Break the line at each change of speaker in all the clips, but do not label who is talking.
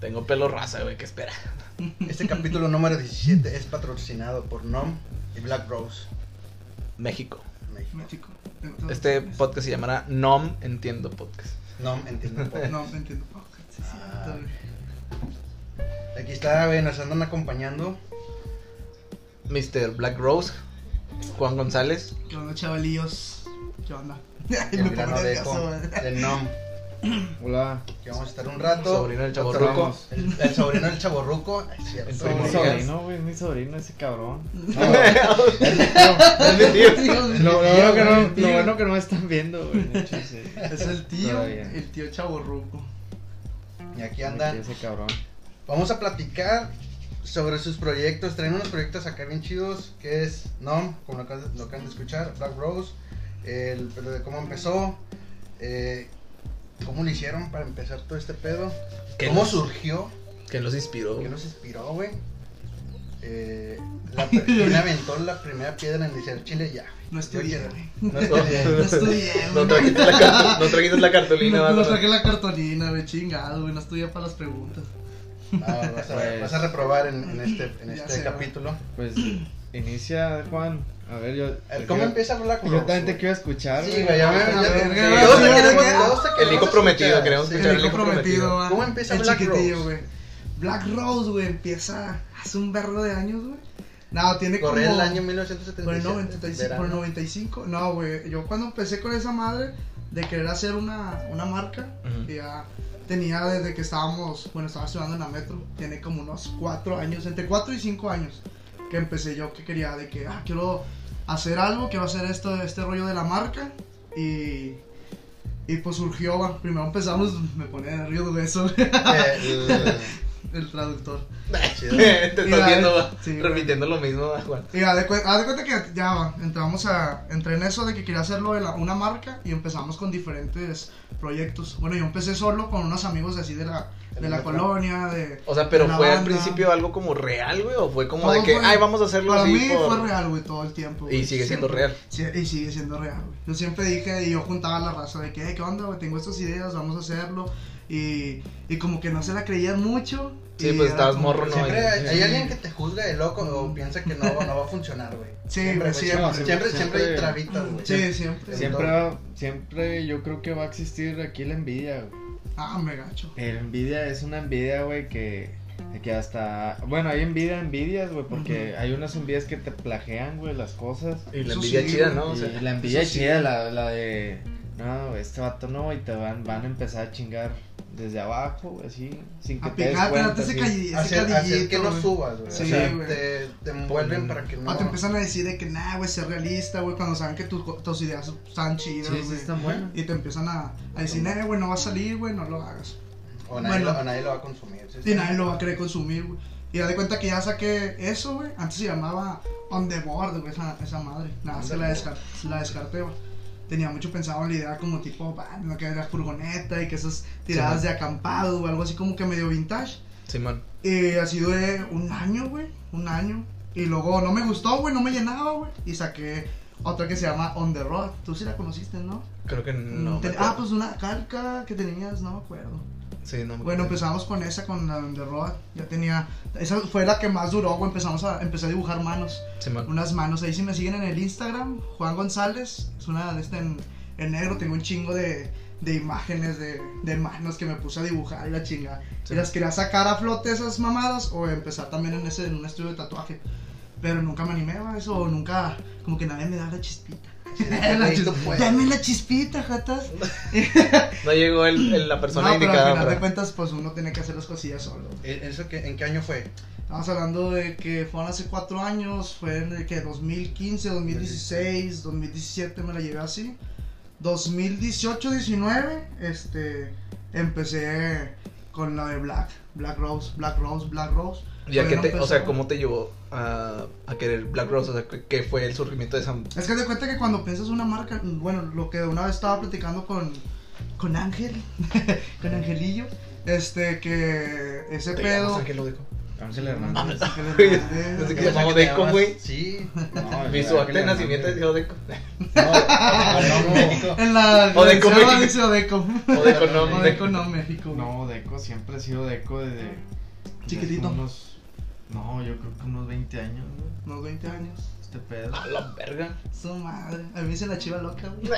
Tengo pelo raza, güey, ¿qué espera?
Este capítulo número 17 es patrocinado por NOM y Black Rose,
México.
México.
México. Entonces,
Este
es-
podcast se llamará NOM Entiendo Podcast.
NOM, entiendo. un poco.
No, no entiendo. Podcast, sí, sí,
Ah.
está bien.
Aquí está, güey, nos andan acompañando.
Mr. Black Rose, Juan González,
¿Qué onda, chavalillos? ¿Qué onda?
El
Me
grano
pongo
de
nervioso,
eco
güey.
de NOM.
Hola.
Que vamos a estar un rato.
Sobrino del
Doctor
chavorruco.
Ruco, El, el sobrino del chaborruco. Es cierto.
El
Soy
primo
mi
Sobrino.
sobrino, güey, es mi sobrino ese cabrón.
Dios mío.
Lo, lo bueno que no,
El tío.
lo bueno que no me están viendo, güey. no chiste.
Es el tío,
Todavía.
el tío chaborruco.
Y aquí
Mi
andan.
tío Ese cabrón.
Vamos a platicar sobre sus proyectos. Traen unos proyectos acá bien chidos, que es NOM, como lo acaban lo acaban de escuchar, Black Rose, el, pero de cómo empezó, eh, cómo lo hicieron para empezar todo este pedo,
que
cómo
nos,
surgió,
que nos
Oh.
inspiró.
qué nos inspiró, güey. Eh, la per- ¿Quién aventó la primera piedra en decir Chile ya?
No estudié, güey.
No estudié.
No estudié,
No
güey.
trajiste la, cartu- no trajiste la cartulina,
No,
vato.
no saqué la cartulina, güey, chingado, güey, no estudié para las preguntas.
Ah, vas, a,
Pues-
vas a reprobar en, en este, en
Ya
este
sé,
capítulo.
Pues inicia, Juan. A ver, yo.
A ver,
Pues yo
¿Cómo
quiero-
empieza Black Rose?
Yo también te
güey?
quiero escuchar,
Sí, güey, ya me- ya-
A
ya-
ver,
ya-
güey.
ya-
todos te
ya-
queremos-
ya-
todos te
El hijo
queremos
prometido,
escuchar.
queremos
Sí.
escuchar el
hijo
hijo prometido.
va.
¿Cómo empieza
El
Black
chiquitillo,
Rose?
güey. Black Rose, güey, empieza hace un berro de años, güey. No, tiene como...
Corría el año
Por el
1975.
95, por el 95. No, güey, yo cuando empecé con esa madre de querer hacer una, una marca,
Ujú.
ya tenía desde que estábamos, bueno, estaba estudiando en la metro, tiene como unos 4 años, entre 4 y 5 años, que empecé yo que quería de que, ah, quiero hacer algo, quiero hacer esto, este rollo de la marca, y... Y pues surgió, va, primero empezamos, me ponía nervioso de eso, el traductor.
Te estás
Mira,
viendo,
eh.
va,
Sí, güey.
repitiendo lo mismo, va, Juan.
Y haz de, cuen- haz de cuenta que ya va, entramos a, entré en eso de que quería hacerlo de la- una marca y empezamos con diferentes proyectos. Bueno, yo empecé solo con unos amigos así de la, de la
Ajá.
colonia, de...
O sea, pero
Una
fue al
banda.
principio algo como real, güey, o fue como
todo
de que,
fue-
ay, vamos a hacerlo
Para
así.
mí
por-
fue real, güey, todo el tiempo.
Y
güey,
sigue siendo
siempre.
real.
Sí, y sigue siendo real, güey. Yo siempre dije, y yo juntaba la raza de que, "Hey, ¿qué onda, güey? Tengo estas ideas, vamos a hacerlo. Y, y como que no se la creían mucho.
Sí,
y
pues
era
estabas
como-
morro, ¿no?
Siempre hay,
Sí.
hay alguien que te juzga de loco o piensa que no, no va a funcionar, güey.
Sí,
siempre,
güey, siempre.
siempre, siempre, siempre hay
Siempre.
trabitas, güey.
Sí, siempre.
Siempre, va- siempre yo creo que va a existir aquí la envidia, güey.
Ah, me gacho.
El envidia es una envidia, güey, que, que hasta... Bueno, hay envidia, envidias, güey, porque hay unas envidias que te plagean, güey, las cosas.
Y la
Eso
envidia
sí,
chida,
güey.
¿no? O
y
sea,
la envidia
eso sí.
chida, la, la de... No, güey, este vato no, y te van, van a empezar a chingar desde abajo, güey, así, sin que
A
te des
picarte,
cuenta.
date ese
así.
calli- ese
Hacer, hacer que
cadillito,
no
güey.
subas, güey.
Sí,
o sea,
güey.
te, te envuelven para que no.
O Ah, te empiezan a decir de que, nah, güey, ser realista, güey, cuando saben que tus, co- tus ideas están chidas,
Sí,
güey.
sí, están buenas.
Y te empiezan a, a decir, nah, güey, no va a salir, güey, no lo hagas.
O nadie,
Bueno.
lo, o nadie lo va a consumir. sí,
Y
sí.
nadie lo va a querer consumir, güey. Y da de cuenta que ya saqué eso, güey. Antes se llamaba On The Board, güey, esa, esa madre. Nada,
On
se
the
la,
board.
descar la descarté, güey. Tenía mucho pensado en la idea como tipo, bah, no que la furgoneta y que esas tiradas de acampado o algo así como que medio vintage.
Simón.
Y así duré un año, güey. Un año. Y luego no me gustó, güey. No me llenaba, güey. Y saqué otra que se llama On the Road. Tú sí la conociste, ¿no?
Creo que no.
Ten-
me
ah,
acuerdo.
pues una calca que tenías, no me acuerdo.
Sí, no me
Bueno,
acuerdo.
empezamos con esa, con la On the Road. Ya tenía. Esa fue la que más duró, güey. Empezamos a, empecé a dibujar manos.
Simón.
Unas manos. Ahí si me siguen en el Instagram, Juan González. Es una de este en, en negro. Tengo un chingo de, de imágenes de, de manos que me puse a dibujar y la chingada.
Sí.
Y las quería sacar a flote esas mamadas o empezar también en ese en un estudio de tatuaje. Pero nunca me animé a eso, o nunca, como que nadie me da la chispita.
Sí, sí,
La
sí,
chis-
tú
pues.
puedes.
Dame la chispita, jatas.
No llegó el, el- la persona
no, pero al
indicada.
final de
para-
cuentas, pues uno tiene que hacer las cosillas solo.
¿E- ¿Eso que, ¿En qué año fue?
Estamos hablando de que fueron hace cuatro años, fue en el que 2015, 2016, 2017 me la llevé así. 2018, 19, este, empecé con la de Black, Black Rose, Black Rose, Black Rose.
¿Y a
Todavía
qué
pues, no
te, o
empezó.
sea, cómo te llevó a, a querer Black Rose? O sea, ¿qué- ¿qué fue el surgimiento de esa
Es que te cuenta que cuando piensas una marca, bueno, lo que una vez estaba platicando con, con Ángel, con Angelillo, este, que ese
Te
pedo... Ah,
llamas Ángel Odejo.
Ángel Hernández.
Ángel
Güey,
Hernández.
no
Yo
sé qué
pensaba que
llamaba
te
Deco,
llamabas-
güey.
Sí.
No,
Mi
Ángel
su acta de
Hernández.
nacimiento es de Odeco.
No, no, México.
En la
O Deco
universidad
México.
dice Odeco.
Odeco no,
No, Deco no, México. güey.
No, Deco siempre ha sido Deco desde. desde
Chiquitito.
unos- no, yo creo que unos 20 años, güey.
Unos 20 años.
Este pedo.
A la verga.
Su madre. A mí me dice la chiva loca, güey.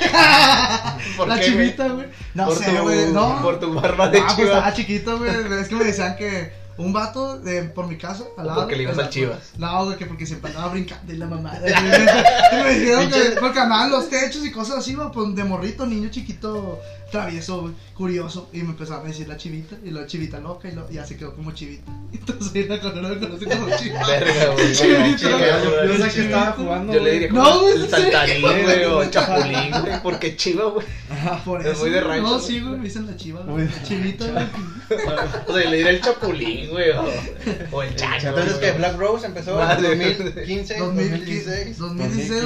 ¿Por
La
qué, güey?
chivita, güey. No
por
sé,
tu-
güey. No.
Por tu barba de
Ah, pues
chivas.
estaba chiquito, güey. Es que me decían que un vato de, por mi casa, al lado.
Porque le ibas al Chivas.
No, güey, que porque siempre andaba brincando y la mamada. güey. Y me dijeron que
Pinche-
porque andaban los techos y cosas así, güey, pues de morrito, niño chiquito, travieso, güey, curioso. Y me empezaron a decir la chivita, y la chivita loca, y lo- ya se quedó como chivita. Entonces ahí la corona me conocí como chivita.
Verga, güey.
Chivita.
Chica,
Yo
güey.
pensé que estaba jugando.
Yo le diría como
No, güey,
el
¿en serio?
saltarín, güey, o el
Güey,
chapulín, güey, porque chiva, güey.
Ah, Por
Es
eso,
muy de
güey.
rancho,
No,
güey.
sí, güey, me dicen la chiva,
Muy
güey.
de
La chivita, güey.
O sea, le diría el chapulín, güey, o, o el chacho.
Entonces
güey.
que Black Rose empezó en
Madre.
2015,
2016,
2016.
2016, 2017,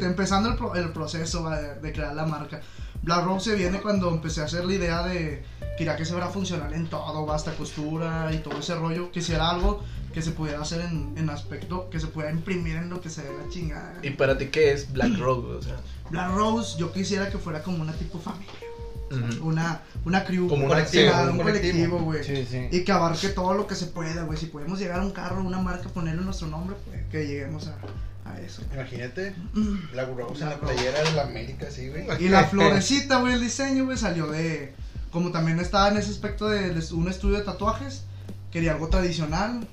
2015.
empezando el, pro- el proceso va, de, de crear la marca. Black Rock se viene cuando empecé a hacer la idea de quería que se fuera funcional en todo, va, hasta costura y todo ese rollo. Quisiera algo que se pudiera hacer en, en aspecto, que se pudiera imprimir en lo que se ve la chingada.
¿Y para ti qué es Black Rock, güey? O sea,
Black Rose, yo quisiera que fuera como una tipo familia, una, una crew,
Como un
colectividad,
colectivo,
un
un colectivo.
colectivo, güey.
Sí, sí.
Y que abarque todo lo que se pueda, güey. Si podemos llegar a un carro, una marca, ponerle nuestro nombre, pues que lleguemos a, a eso.
Imagínate, Black Rose en la playera de la América, sí, güey.
Mm. Y la florecita, güey, el diseño, güey, salió de. Como también estaba en ese aspecto de de un estudio de tatuajes, quería algo tradicional,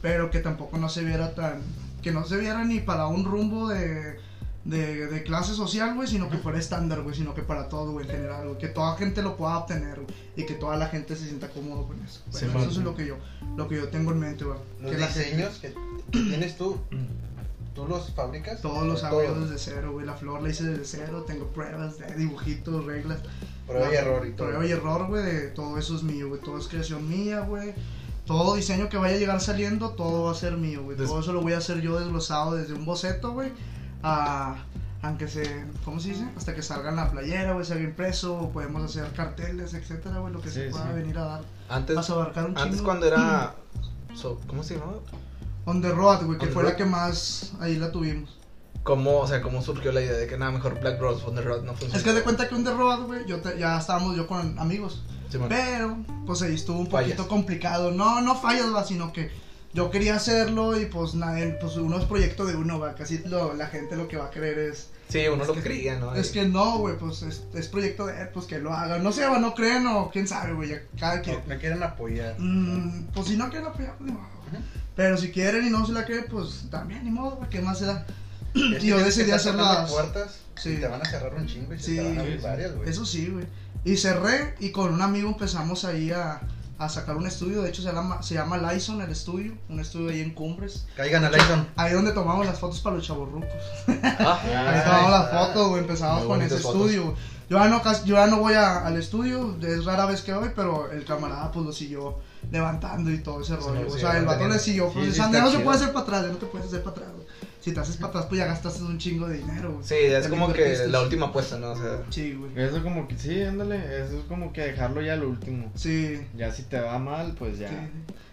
pero que tampoco no se viera tan. Que no se viera ni para un rumbo de. De, de clase social, güey, sino que fuera estándar, güey, sino que para todo, güey, en general, güey, que toda gente lo pueda obtener, güey, y que toda la gente se sienta cómodo con eso. güey.
Sí,
eso
man.
es lo que yo, lo que yo tengo en mente, güey.
Los
Que la gente-
diseños que que tienes tú, ¿tú los fabricas?
todos los hago yo
Todos.
desde cero, güey, la flor la hice desde cero, tengo pruebas de dibujitos, reglas,
Prueba y error y todo.
Prueba y error, güey, de todo eso es mío, güey. Todo es creación mía, güey. Todo diseño que vaya a llegar saliendo, todo va a ser mío, güey.
Des-
Todo eso lo voy a hacer yo desglosado desde un boceto, güey. A... Aunque se... ¿Cómo se dice? Hasta que salga en la playera, güey, salga impreso. o Podemos hacer carteles, etcétera, güey. Lo que se
Sí,
pueda
sí.
venir a dar.
Antes,
Vas a abarcar un
antes
chingo.
cuando era... so- ¿Cómo se llamaba?
On the road, güey, que
On the
fue la
road.
que más... Ahí la tuvimos.
¿Cómo, o sea, cómo surgió la idea de que nada, mejor Black Rose on the Road no funciona?
Es que haz de cuenta que On the road, güey, yo te- ya estábamos yo con amigos.
Simón.
Pero, pues ahí estuvo un
Fallas.
poquito complicado. No, no fallas, va, sino que yo quería hacerlo y pues nadie, pues uno es proyecto de uno, va. Casi lo- la gente lo que va a querer es.
Sí, uno lo creía, ¿no?
Es que no, güey, pues es, es proyecto de él, pues que lo haga. No sé, va, no creen o quién sabe, güey, ya cada quien.
No, Me quieren apoyar.
Mm, pues si no quieren apoyar, pues, ni modo. Pero si quieren y no se la creen, pues también, ni modo, güey, ¿qué más se da?
Es que
yo
tienes
decidí
que estar
hacer
tocando
las-
puertas
Sí.
y te van a cerrar un chingo y se
Sí,
te van a
sí,
abrir
sí.
varias, güey.
Eso sí, güey. Y cerré y con un amigo empezamos ahí a, a sacar un estudio. De hecho, se llama, se llama Lyson el estudio. Un estudio ahí en Cumbres.
Caigan a Lyson.
Ahí donde tomamos las fotos para los chavos rucos.
Ah,
Ahí
Ahí
tomamos las
está.
fotos, güey. Empezamos
Muy
con ese
bonitas fotos.
estudio. güey. Yo ya, no, cas- yo ya no voy a- al estudio, es rara vez que voy, pero el camarada pues lo siguió levantando y todo ese
Sí,
rollo.
sí,
o sea, el vato
manteniendo.
le siguió
Sí, sí,
procesando.
está
Ya no se
chido.
puede hacer para atrás, ya no te puedes hacer para atrás. güey. Si te haces para atrás, pues ya gastaste un chingo de dinero. güey.
sí, es
Ya
como
le
que
invertiste.
la última apuesta, ¿no? O sea,
Sí, güey.
Eso como que, sí, ándale. Eso es como que dejarlo ya al último.
Sí.
Ya si te va mal, pues ya.
Sí.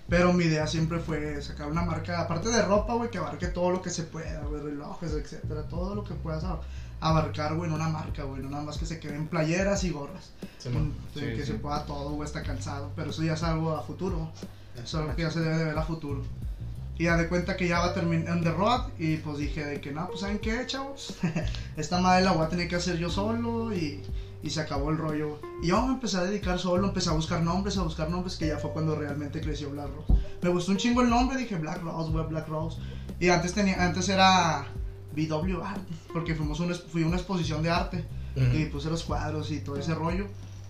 Pero mi idea siempre fue sacar una marca, aparte de ropa, güey, que abarque todo lo que se pueda, güey, relojes, etcétera, todo lo que puedas ab- abarcar, güey, en una marca, güey, no nada más que se queden playeras y gorras,
Simón.
Mm,
Sí,
que
sí.
se pueda todo, güey, está calzado, pero eso ya es algo a futuro, eso es algo que ya se debe de ver a futuro. Y ya de cuenta que ya va a terminar en The Road y pues dije de que no, pues ¿saben qué, chavos? Esta madre la voy a tener que hacer yo solo y, y se acabó el rollo. Y yo me empecé a dedicar solo, empecé a buscar nombres, a buscar nombres que ya fue cuando realmente creció Black Rose. Me gustó un chingo el nombre, dije Black Rose, güey, Black Rose. Y antes tenía, antes era BW Art, porque fuimos a una, ex- fui a una exposición de arte
Ujú.
y puse los cuadros y todo ese rollo.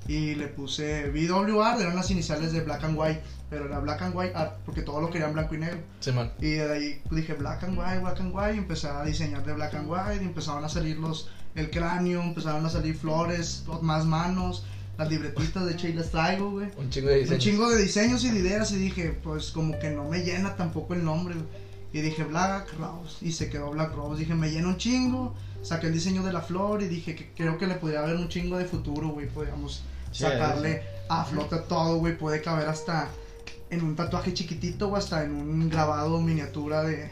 Y le puse BW Art, eran las iniciales de Black and White, pero era Black and White Art, porque todo lo querían blanco y negro.
Simón.
Y de ahí dije black and white, black and white, y empecé a diseñar de black and white, y empezaron a salir los, el cráneo, empezaron a salir flores, más manos, las libretitas, de hecho ahí las traigo, güey.
Un chingo de
Un
diseños.
chingo de diseños y de ideas y dije, pues como que no me llena tampoco el nombre. güey. Y dije Black Rose y se quedó Black Rose. Dije, me llena un chingo. Saqué el diseño de la flor y dije que creo que le podría haber un chingo de futuro, güey. Podríamos
Sí,
sacarle a flota todo, güey. Puede caber hasta en un tatuaje chiquitito o hasta en un grabado miniatura de,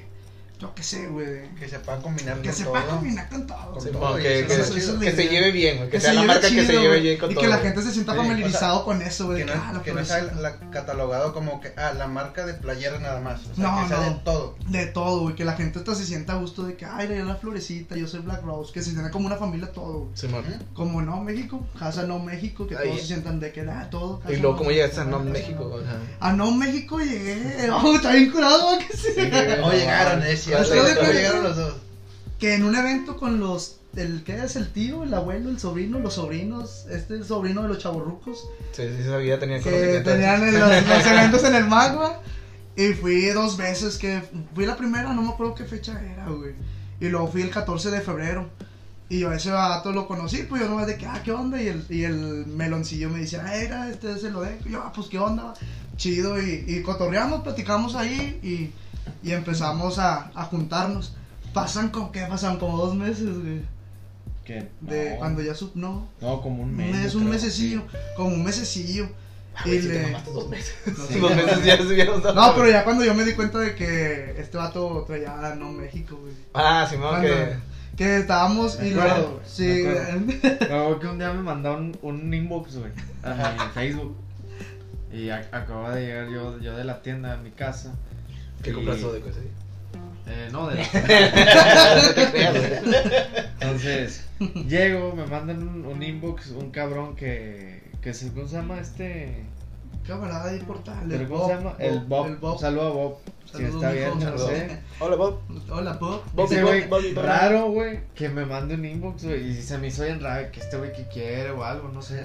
yo qué sé, güey, de-
Que se pueda combinar
que
con
se
todo.
pueda combinar con todo.
Con
Sí,
todo,
que-
y eso
que-
es lo chido.
eso
Que se lleve bien, güey. Que, sea la
lleve
marca que se
chido,
lleve
güey,
bien con
y
todo.
que la gente se sienta
Sí,
familiarizado con eso, güey.
Que
de que, ah,
no,
la
que no sea
florecita.
la- catalogado como que, ah, la marca de playera nada más. O sea,
No,
que sea
no.
de todo.
De todo, güey. Que la gente hasta se sienta a gusto de que, ay, le dio la florecita, yo soy Black Rose. Que se sienta como una familia todo, güey.
Simón.
Ujú.
Como no México, casa no México, que
Ahí.
todos se sientan de que, ah, todo. Casa
Y
No
luego, ¿cómo llegas a
Casa
No México? güey? Ajá.
A No México llegué. Oh, está bien curado, que sí.
Sí, güey,
No
no,
eh.
llegaron,
mames.
es cierto.
Estoy de
no
acuerdo.
llegaron los dos.
Que en un evento con los. El, ¿Qué es el tío, el abuelo, el sobrino, los sobrinos? Este el sobrino de los chavorrucos.
Sí, sí, sabía, tenía
que
conocimiento.
tenían en los, los eventos en el Magma. Y fui dos veces, que fui la primera, no me acuerdo qué fecha era, güey. Y luego fui el 14 de febrero. Y yo a ese vato lo conocí, pues yo nomás de que, ah, ¿qué onda? Y el, y el meloncillo me dice, ah, era, este se lo dejo. Y yo, ah, pues qué onda, chido. Y, y cotorreamos, platicamos ahí y, y empezamos a, a juntarnos. Pasan con qué? Pasan como dos meses, güey.
Que
De
no.
cuando ya sub, no,
No, como un
un
mes.
mes,
yo
un
creo,
mesecillo,
sí.
como un mesecillo.
Ah, güey,
y
sí te
le-
mamaste dos meses.
Sí.
Dos meses ya se habían dado.
No, pero ya cuando yo me di cuenta de que este vato traía no México, güey.
Ah, Simón,
Cuando-
que.
Que estábamos
Me
y
acuerdo,
luego.
güey,
Sí,
me No, que un día me mandaron un inbox, güey. En Facebook. Y a- acababa de llegar yo, yo de la tienda a mi casa.
Que
Y-
compras todo de cosas.
Eh, no, de la Entonces, llego, me mandan un, un inbox, un cabrón que, que se, ¿cómo se llama este?
camarada de portal.
¿Pero ¿Cómo se llama? el Bob.
El Bob.
Saludo a Bob. Si
Saludos,
está
mijo,
bien, no
saludos.
sé.
Hola, Bob.
Hola, Bob.
Bobby,
Ese
Bob-
güey,
Bobby, Bobby.
raro, güey, que me mande un inbox, güey, y se me hizo bien raro que este güey que quiere o algo, no sé.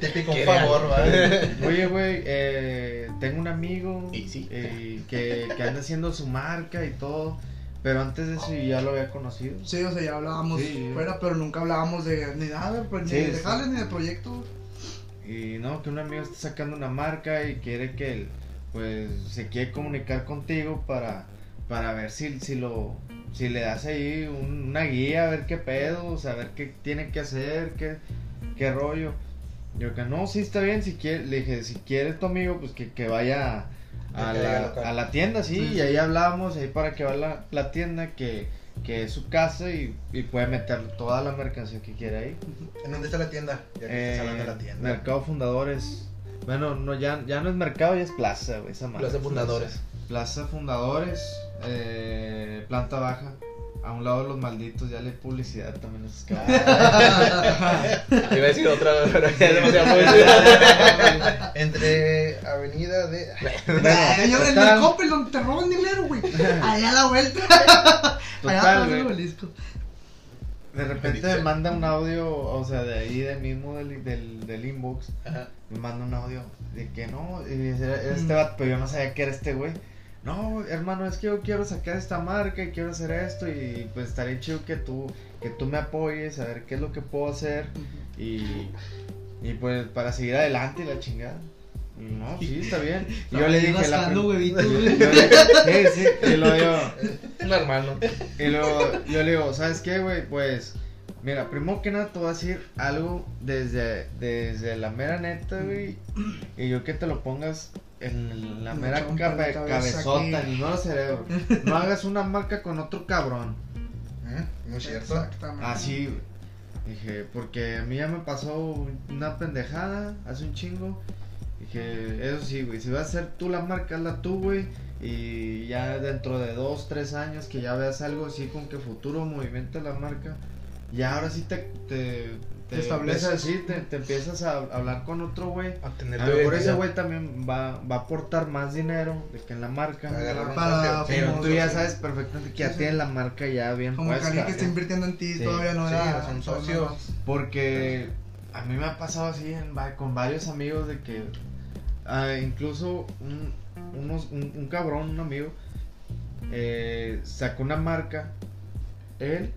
Te pico un
Quiere
favor,
algo.
¿vale?
Oye, güey, eh, tengo un amigo
Y sí.
eh, que, que anda haciendo su marca y todo, pero antes de eso yo ya lo había conocido.
Sí, o sea, ya hablábamos
Sí.
fuera, pero nunca hablábamos de ni nada, pues, ni
Sí,
de
sí.
jales, ni de proyecto.
Y no, que un amigo está sacando una marca y quiere que él, pues, se quiere comunicar contigo para, para ver si, si lo, si le das ahí un- una guía, a ver qué pedo, saber qué tiene que hacer, qué, qué rollo. Yo que no, sí está bien, si quiere, le dije, si quieres tu amigo, pues que, que vaya a
Que
la,
vaya local.
a la tienda, sí,
Sí, sí.
y ahí hablábamos, ahí para que va la, la tienda, que, que es su casa y, y puede meter toda la mercancía que quiera ahí.
¿En dónde está la tienda? Ya que estás hablando de la
Eh,
tienda.
Mercado Fundadores. Bueno, no, ya, ya no es mercado, ya es plaza, güey, esa madre.
Plaza Fundadores.
Plaza Fundadores, eh, planta baja. A un lado de los malditos, ya le hay publicidad también a esos cabrones.
Te Ah, iba a decir otra vez, pero ya es demasiado publicidad.
Entre avenida de...
Ay, Ah, yo en
total.
el Coppel donde te roban dinero, güey. Allá a la vuelta. Allá atrás del
Total, güey.
obelisco.
De repente me manda un audio, o sea, de ahí del mismo del, del, del inbox.
Ajá.
Me manda un audio de que no, y era- era
Mm.
este vato, pero yo no sabía que era este güey. No, hermano, es que yo quiero sacar esta marca y quiero hacer esto y pues estaría chido que tú, que tú me apoyes a ver qué es lo que puedo hacer y, y pues para seguir adelante y la chingada. Y no, sí, está bien. Y yo le
Ahí
dije la
rascando
prim-
huevitos,
yo-
güey.
yo le- sí, sí, y lo digo,
Un hermano.
y luego yo le digo, ¿sabes qué, güey? Pues, mira, primero que nada te voy a decir algo desde, desde la mera neta, güey. Y yo que te lo pongas en la
Me
mera
chompa
cabe-
la cabeza
cabezota,
aquí.
ni no lo cerebro. No hagas una marca con otro cabrón.
¿Mm? Muy cierto.
Exactamente.
Así, güey. Ah, Dije, porque a mí ya me pasó una pendejada hace un chingo. Dije, eso sí, güey, si vas a hacer tú la marca, hazla tú, güey. Y ya dentro de dos, tres años que ya veas algo así con que futuro movimiento la marca, ya ahora sí te, te,
Te estableces.
empiezas- sí, te, te empiezas a hablar con otro güey.
A tener
A
tu
lo mejor ese
identidad.
güey también va, va a aportar más dinero de que en la marca.
Agarrar un
Para-
socio.
Pero
como-
tú ya sabes perfectamente que ya
Sí, sí.
tiene la marca ya bien
Como
puesta.
Karim que está
ya.
invirtiendo en ti
Sí,
todavía no
sí,
era.
son
todavía
socios.
no-
Porque a mí me ha pasado así en va- con varios amigos de que ah, incluso un, unos- un, un cabrón, un amigo, eh, sacó una marca, él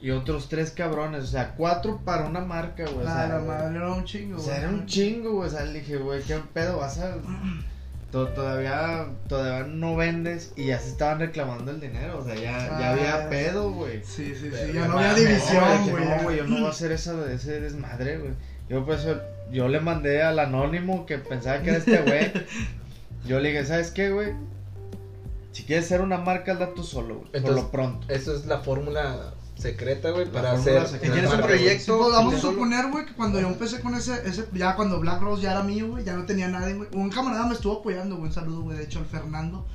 y otros tres cabrones, o sea, cuatro para una marca, güey. Pues, o
Ah,
sea,
la
güey,
madre era un chingo.
o sea, era
güey.
un chingo, güey. O sea, le dije, güey, ¿qué pedo vas a...? to- Todavía, todavía no vendes y ya se estaban reclamando el dinero, o sea, ya, ya
Ah.
había pedo, güey.
Sí, sí, sí.
Pero
Ya
no
no había
mames,
división,
No,
güey.
güey,
ya.
no, güey, yo no voy a hacer esa, ese desmadre, güey. Yo, pues, yo le mandé al anónimo que pensaba que era este güey. Yo le dije, ¿sabes qué, güey? Si quieres hacer una marca, hazla tú solo, güey. por
Entonces,
lo pronto.
Eso es la fórmula secreta, güey,
La
para
fórmula
hacer.
Si
una
secreta.
tienes un
marca,
proyecto,
Sí, pues, vamos a
Sí, solo-
suponer, güey, que cuando yo empecé con ese, ese, ya cuando Black Rose ya era mío, güey, ya no tenía nadie, güey. Un camarada me estuvo apoyando, güey, un saludo, güey, de hecho, al Fernando.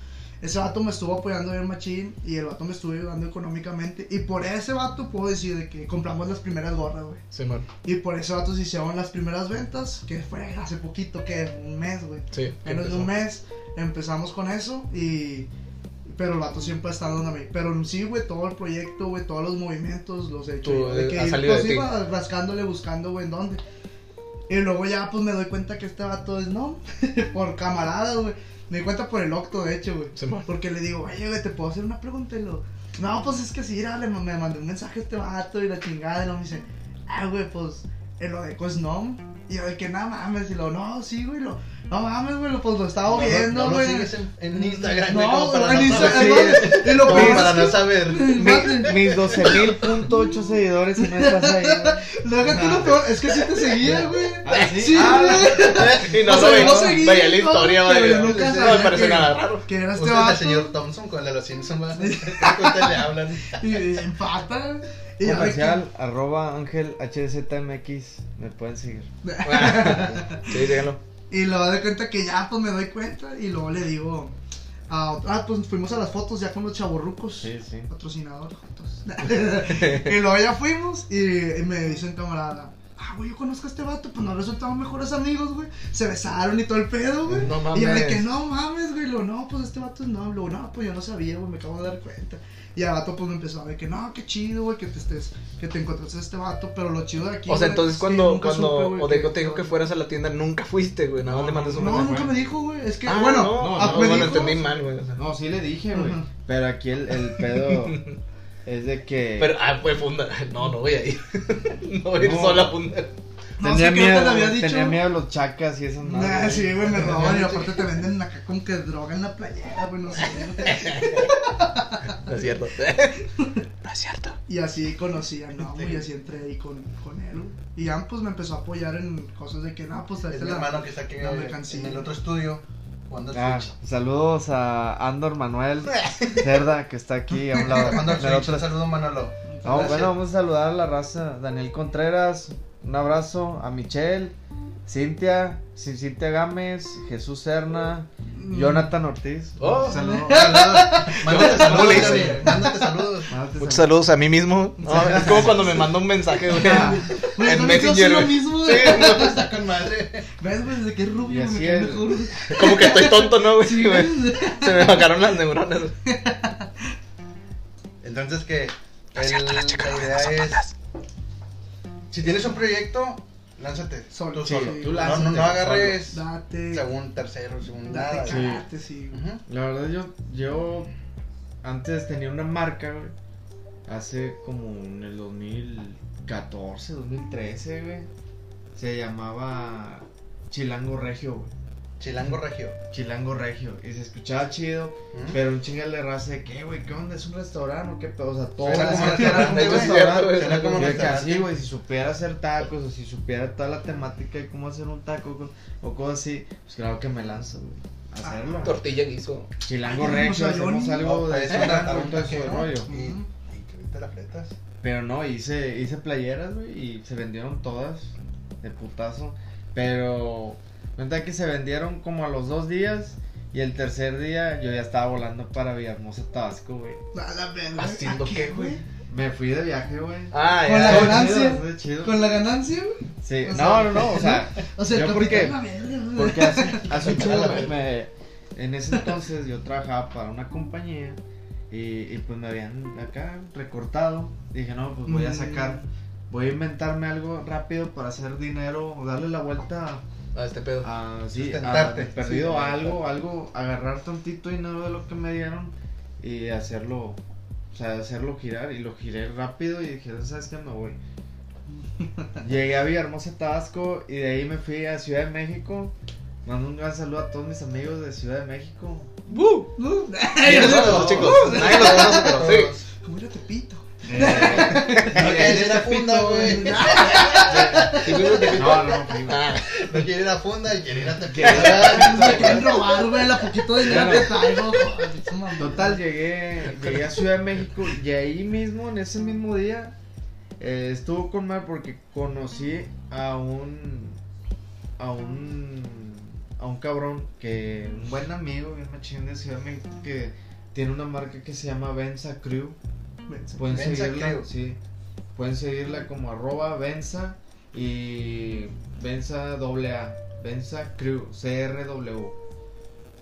Ese vato me estuvo apoyando bien machín y el vato me estuvo ayudando económicamente. Y por ese vato puedo decir de que compramos las primeras gorras, güey.
güey. Simón,
Y por ese vato se hicieron las primeras ventas, que fue hace poquito, que un mes, güey.
sí. que
Menos de
empezó.
un mes empezamos con eso y... Pero el vato siempre ha estado donde mí. Pero en sí, güey, todo el proyecto, güey, todos los movimientos los he hecho.
Tú,
yo,
eh,
de que
ha
ir,
salido
pues,
de ti.
iba rascándole, buscando, güey, en dónde. Y luego ya, pues, me doy cuenta que este vato es, no, por camaradas, güey. Me doy cuenta por el octo, de hecho, güey.
Simón.
Porque le digo, oye, güey, te puedo hacer una pregunta y lo. No, pues es que sí, dale, me me mandó un mensaje este vato y la chingada. Y luego me dice, ah, güey, pues el Odeco es nom. Y yo, de que nada mames. Y lo, no, sí, güey, lo. No mames, güey, lo, pues lo estaba viendo,
no, no,
güey.
sigues en, en Instagram, güey,
No,
como para
en
no
Instagram, Pues,
saber.
no, Y lo
Como
peor
para
es
no saber.
que-
Mi- mis 12.000.8 seguidores y no estás ahí. güey.
No, déjate lo peor, es que sí te seguía, güey.
Ah, ¿sí?
Sí,
Ah,
güey.
Y no
O
lo
sea, yo
veía,
lo seguí,
veía la
¿no?
historia,
Pero
güey.
yo nunca
No me
sabía
parece
que-
nada raro.
Que era este
Usted es
vato.
el señor Thompson con el de los Simpsons, ¿verdad? ¿Qué cuenta le hablan?
Y empata. Y ya, de que-
Comercial, arroba ángel HZMX. Me pueden seguir.
Sí, síganlo.
Y luego de cuenta que ya, pues me doy cuenta. Y luego le digo, a otro- ah, pues fuimos a las fotos ya con los chavorrucos.
Sí, sí.
Patrocinador juntos. y luego ya fuimos y, y me dice un camarada, ah, güey, yo conozco a este vato, pues nos resultamos mejores amigos, güey. Se besaron y todo el pedo, güey.
No
Y yo de
mames.
que no mames, güey, lo no, pues este vato es no, lo no, pues yo no sabía, güey, me acabo de dar cuenta. Y al vato pues me empezó a ver que no, qué chido, güey, que te estés, que te encontraste a este vato, pero lo chido de aquí.
O sea,
güey,
entonces
es que
cuando,
nunca
cuando
supe, güey,
Odeco te dijo que fueras a la tienda, nunca fuiste, güey. Nada más
No,
le mandas un
No,
mensaje.
nunca me dijo, güey, es que,
Ah,
bueno,
no,
ah,
no,
me
bueno,
dijo-
entendí mal, güey. o sea.
No, sí le dije,
güey.
güey.
Ajá.
Pero aquí el, el pedo es de que.
Pero, ah, fue funda. No, no voy a ir. no voy a ir
No.
sola a funda.
No,
tenía,
sí, creo que
miedo,
le había
güey,
dicho.
tenía miedo a los chacas y esas madres,
Nah,
güey.
sí, güey, me roban y aparte te venden acá como que droga en la playera, güey, no sé.
No es cierto. no es cierto.
Y así conocí a Nomo y así entré ahí con, con él. güey. Y ya pues me empezó a apoyar en cosas de que, no, pues
Es
tráete
mi
la
hermano que está aquí
la
eh,
mercancía.
en el otro estudio jugando al
Ah,
Switch.
saludos a Andor Manuel Cerda, que está aquí a un lado.
Jugando al
del
Switch.
otro-
Un saludo, Manolo.
No,
Gracias.
bueno, vamos a saludar a la raza. Daniel Contreras, un abrazo. A Michelle, Cintia, C- Cintia Gámez, Jesús Serna,
Mm.
Jonathan Ortiz.
Oh.
Saludos.
Saludos. Mándate
¿Cómo le
saludos,
hice?
Gaby. Mándate saludos.
Mándate
Muchos
saludos.
saludos a mí mismo. No, es como cuando me manda un mensaje, güey.
Güey,
en
Pues, no me hizo así
Messenger,
lo
güey.
mismo,
Sí,
güey.
no,
Está con madre.
¿Ves, güey? Desde que es
Y
rubio,
así
me quedé
es.
mejor. güey.
como que estoy tonto, ¿no, güey?
Sí,
Güey,
güey.
Se me bajaron las neuronas. güey.
Entonces que
No es
el-
cierto, las chicas
la
no
idea
son
es
tontas.
si tienes un proyecto, lánzate
Solo,
tú
sí,
solo. no, no,
tú
lánzate
no agarres
Pues, Date,
según tercero, según nada.
date,
Sí.
cagate, sí, güey.
Ujú.
La verdad, yo, yo antes tenía una marca, güey. Hace como en el 2014, 2013, güey. Se llamaba Chilango Regio, güey.
Chilango regio.
Chilango Regio. Y se escuchaba chido,
Ujú.
pero un chingal de raza de que, "Eh, güey, ¿qué onda? ¿Es un restaurante o qué pedo? O sea, todo
Suena como un restaurante,
un
güey.
restaurante.
güey.
Suena como
Y
un
de que
restaurante.
así, güey, si supiera hacer tacos o si supiera toda la temática de cómo hacer un taco co- o cosas así, pues claro que me lanzo, güey. a Hacerlo.
Tortilla guiso.
Chilango
Ah. Ay,
Regio,
tenemos a
hacemos
Johnny.
algo de
Oh, pues, Es
eso,
un
tanto
restaurante,
de su
¿no?
rollo.
Y- Y que ahorita la fletas.
Pero no, hice, hice playeras, güey, y se vendieron todas de putazo. Pero, cuenta que se vendieron como a los dos días. Y el tercer día yo ya estaba volando para Villahermosa, Tabasco, güey.
A la verga.
¿Haciendo
¿A
qué, güey?
Me fui de viaje, güey.
Ah,
Con la
ya.
ganancia.
Chido, estuvo chido.
¿Con la ganancia, güey?
Sí,
o sea-
no, no, no, o sea,
O sea, el
Yo porque-
capitán, la verga, güey.
porque hace, hace un chingo,
Claro.
me- en ese entonces yo trabajaba para una compañía y, y pues me habían acá recortado. Dije, no, pues voy a sacar, voy a inventarme algo rápido para hacer dinero, o darle la vuelta
Ah, este pedo.
a, sí, a
Sustentarte.
perdido
Sí,
algo, algo, agarrar tantito dinero de lo que me dieron y hacerlo, o sea, hacerlo girar y lo giré rápido y dije, ¿sabes qué? Me voy. Llegué a Villahermosa, Tabasco y de ahí me fui a Ciudad de México. Mando un gran saludo a todos mis amigos de Ciudad de México.
Uh,
Bien, nosotros, chicos. Nadie los conoce, pero sí.
Todos.
Como era Tepito.
Eh,
No quiere la funda, güey.
no, no, fui, güey.
Ah.
No quiere la funda y quiere ir a
Me quieren
Tepic.
robar, güey, la poquito dinero que traigo. joder, esa mamada.
Total, llegué, llegué a Ciudad de México y ahí mismo, en ese mismo día, eh, estuvo con mal porque conocí a un, a un, a un cabrón que, un buen amigo, bien machín de Ciudad de México, que tiene una marca que se llama Benza Crew. Pueden
Benza
seguirla,
Crew.
sí. Pueden seguirla como arroba Benza y Benza doble A. Benza Crew, CRW.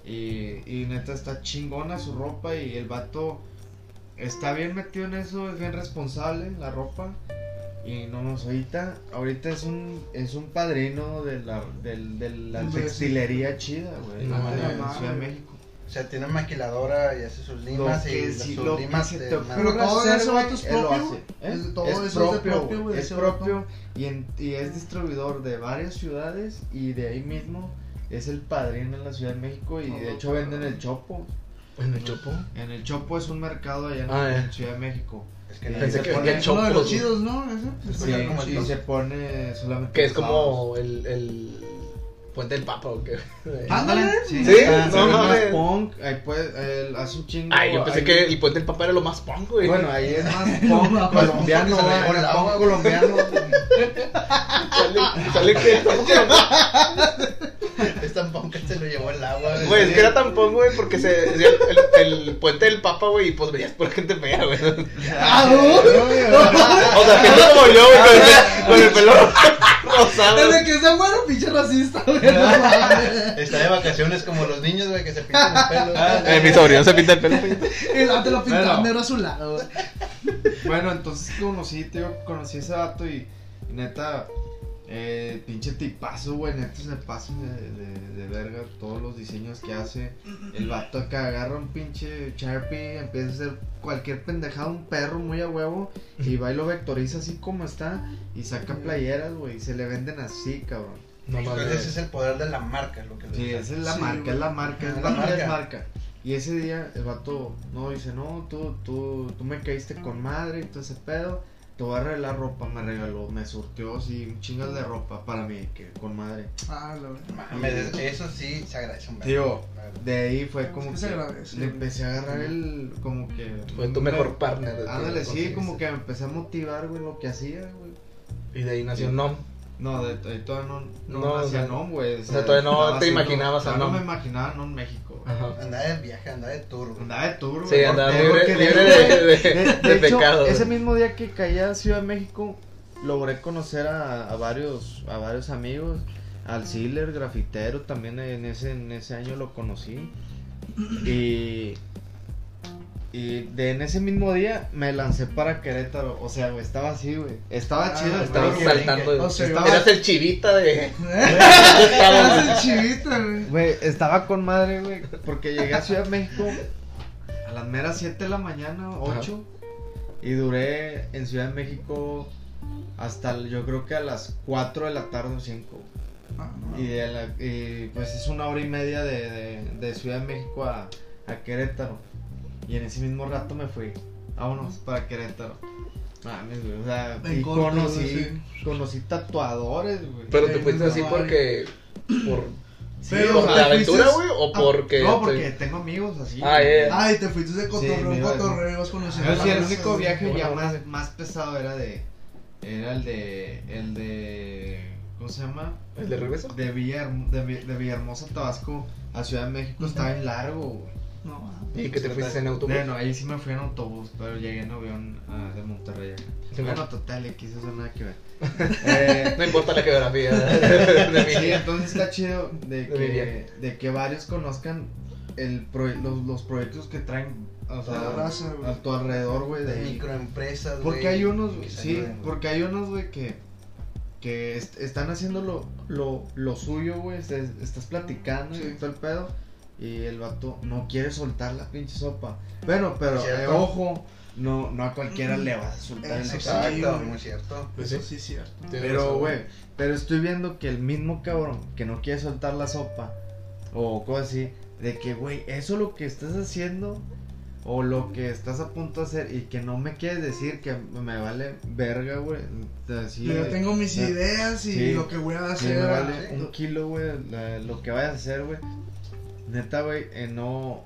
Y, y neta está chingona su ropa y el vato está bien metido en eso, es bien responsable la ropa. Y no nos ahorita, ahorita es un es un padrino de la, del- de la
Hombre, sí.
textilería chida, güey,
No,
en-
no
en
mames.
Ciudad de México.
O sea, tiene maquiladora y hace sus
Lo
limas
que
eh,
y
sí,
sus
lo que
limas
se
de
te
mano.
Pero
ocurra
todo
hacer,
ese
güey,
vato es
él lo
propio,
hace,
¿eh?
¿eh?
Todo
Es
eso es de
propio,
propio,
güey,
güey,
es
ese vato.
propio y, en- y es distribuidor de varias ciudades y de ahí mismo es el padrino en la Ciudad de México y
No,
de
no,
hecho
no.
venden el Chopo.
En el Chopo.
En el Chopo es un mercado allá en,
Ah, ya.
en Ciudad de México.
Es que
Pensé
nadie se
que
pone-
venía
Es uno de los
Chopos, güey.
chidos, ¿no? Ese.
Sí,
Sí, como el
y
Chopo.
se pone solamente
Que es
los sábados.
como el, el puente del Papa o qué.
Ándale.
Sí,
Ah, Sí,
está- se
no
ve más
mames.
punk, ahí puede, eh, hace un chingo.
Ay, yo pensé
ahí-
que el puente del Papa era lo más punk, güey.
Bueno, ahí es más
No,
punk colombiano,
porque se le
güey,
fue el agua,
punk colombiano.
sale, sale que tampoco lo más.
Es tan punk que se lo llevó el agua.
Güey, es que era tan punk, güey, porque se, el, el- el puente del Papa, güey, y pues veías por gente fea, güey. O
Ah, no.
sea, gente como yo, güey, con el- con el pelo rosado.
Desde que sea bueno, pinche racista, güey. no mames.
Está de vacaciones como los niños, güey, que se pintan el pelo.
Eh, mi sobrino se pinta el pelo. güey.
El arte lo pintaba
Bueno.
negro azulado. güey.
Bueno, entonces conocí, te digo, conocí a ese vato y y neta, eh, pinche tipazo, güey, neta se pasa de, de- de verga todos los diseños que hace. El vato acá agarra un pinche Sharpie, empieza a hacer cualquier pendejada, un perro muy a huevo, y va y lo vectoriza así como está, y saca playeras, güey, y se le venden así, cabrón.
No
Entonces, ese es
mames.
el poder de la marca, es lo que les
Sí,
digo.
esa es la
Sí,
marca,
güey. Ah,
es la marca, es
Es
la
la
marca.
marca.
marca. Y ese día el vato, no, dice, no, tú, tú, tú me caíste con madre y todo ese pedo, te voy a regalar ropa, me regaló, me surtió así un chingas de ropa para mí, que con madre.
Ah, la verdad.
Mames, eso sí se agradece un
Tío.
verbo.
De ahí fue
Es
como
que
que,
se agradece,
le
güey.
empecé a agarrar el, como que...
Fue tu
me-
mejor partner. güey,
Ándale, Ah, sí,
conseguiste.
como que me empecé a motivar, güey, lo que hacía, güey.
Y de ahí nació Nom.
No, de, de- todavía no, no,
No,
hacía
o sea,
no, güey.
o sea, todavía no
estaba
te
haciendo-
imaginabas a
todavía
no.
No me imaginaba no en México, güey.
Ajá.
Andaba de viaje, andaba de tour. güey.
Andaba de tour,
Sí,
güey,
andaba
porque-
libre,
porque de-
libre de, de,
de-
de
de hecho,
pecado.
Ese
güey.
mismo día que caí a Ciudad de México, logré conocer a, a varios a varios amigos. Al Sealer, grafitero, también en ese, en ese año lo conocí. Y, y de, en ese mismo día me lancé para Querétaro. O sea, güey, estaba así, güey. Estaba
Ah,
chido. el
Estabas
Güey,
pedo, güey.
saltando.
o sea,
estabas-
yo-
Eras el chivita de.
Eres el chivito, güey.
Güey, estaba con madre, güey, porque llegué a Ciudad de México a las meras 7 de la mañana, 8, y duré en Ciudad de México hasta el- yo creo que a las 4 de la tarde o 5.
Ah, no.
Y, de la- y, pues es una hora y media de, de- de Ciudad de México a, a Querétaro. Y en ese mismo rato me fui, vámonos para Querétaro. Mames, güey, o sea,
En
y
corto,
conocí,
sí.
conocí tatuadores, güey.
Pero te
Sí,
fuiste
no
así
vale.
porque. Por,
Sí,
pero,
o
por
sea,
la
te
aventura,
fuiste-
güey, o
ah,
porque.
no, porque tengo amigos así.
Ah,
güey.
ya, ya.
Ay, te fuiste de cotorreo,
Sí, me iba de-
cotorreo, ibas conociendo.
Yo sí,
la
el
raza,
único
güey.
viaje ya
Bueno,
más, más pesado era de. Era el de. El de. ¿Cómo se llama?
¿El de regreso?
De, Villarm- de, Vi- de Villahermosa, Tabasco, a Ciudad de México.
Ujú.
Estaba en largo, güey.
No, mames.
Y que te fuiste en autobús.
Bueno, ahí sí me fui en autobús, pero llegué en avión ah, de Monterrey. acá.
Sí,
bueno,
bueno.
total, aquí eso nada que ver. eh,
No importa la geografía de
Sí,
mi.
entonces está chido de
De mi viaje.
que, de que varios conozcan el pro- los, los proyectos que traen o sea,
La raza, güey.
a tu alrededor, güey.
De
de-
microempresas, güey.
Porque hay unos, güey,
que se
sí,
ayudan, güey.
porque hay unos, güey, que, que est- están haciendo lo, lo, lo suyo, güey. est- Estás platicando
Sí.
y todo el pedo. Y el vato no quiere soltar la pinche sopa. Bueno, pero
¿Cierto?
eh, ojo, no, no a cualquiera le vas a soltar el
Eso sí,
sopa.
Exacto,
güey.
muy cierto.
Pues
Eso
sí,
sí es cierto.
tienes
Pero,
razón.
güey, pero estoy viendo que el mismo cabrón que no quiere soltar la sopa o cosas así, de que, güey, eso lo que estás haciendo o lo que estás a punto de hacer y que no me quieres decir que me vale verga, güey. Así,
Yo
de-
tengo mis
de-
ideas y
Sí.
lo que voy a
Sí,
hacer.
me
¿eh?
vale un kilo, güey, la- lo que vayas a hacer, güey. Neta, güey, eh, no,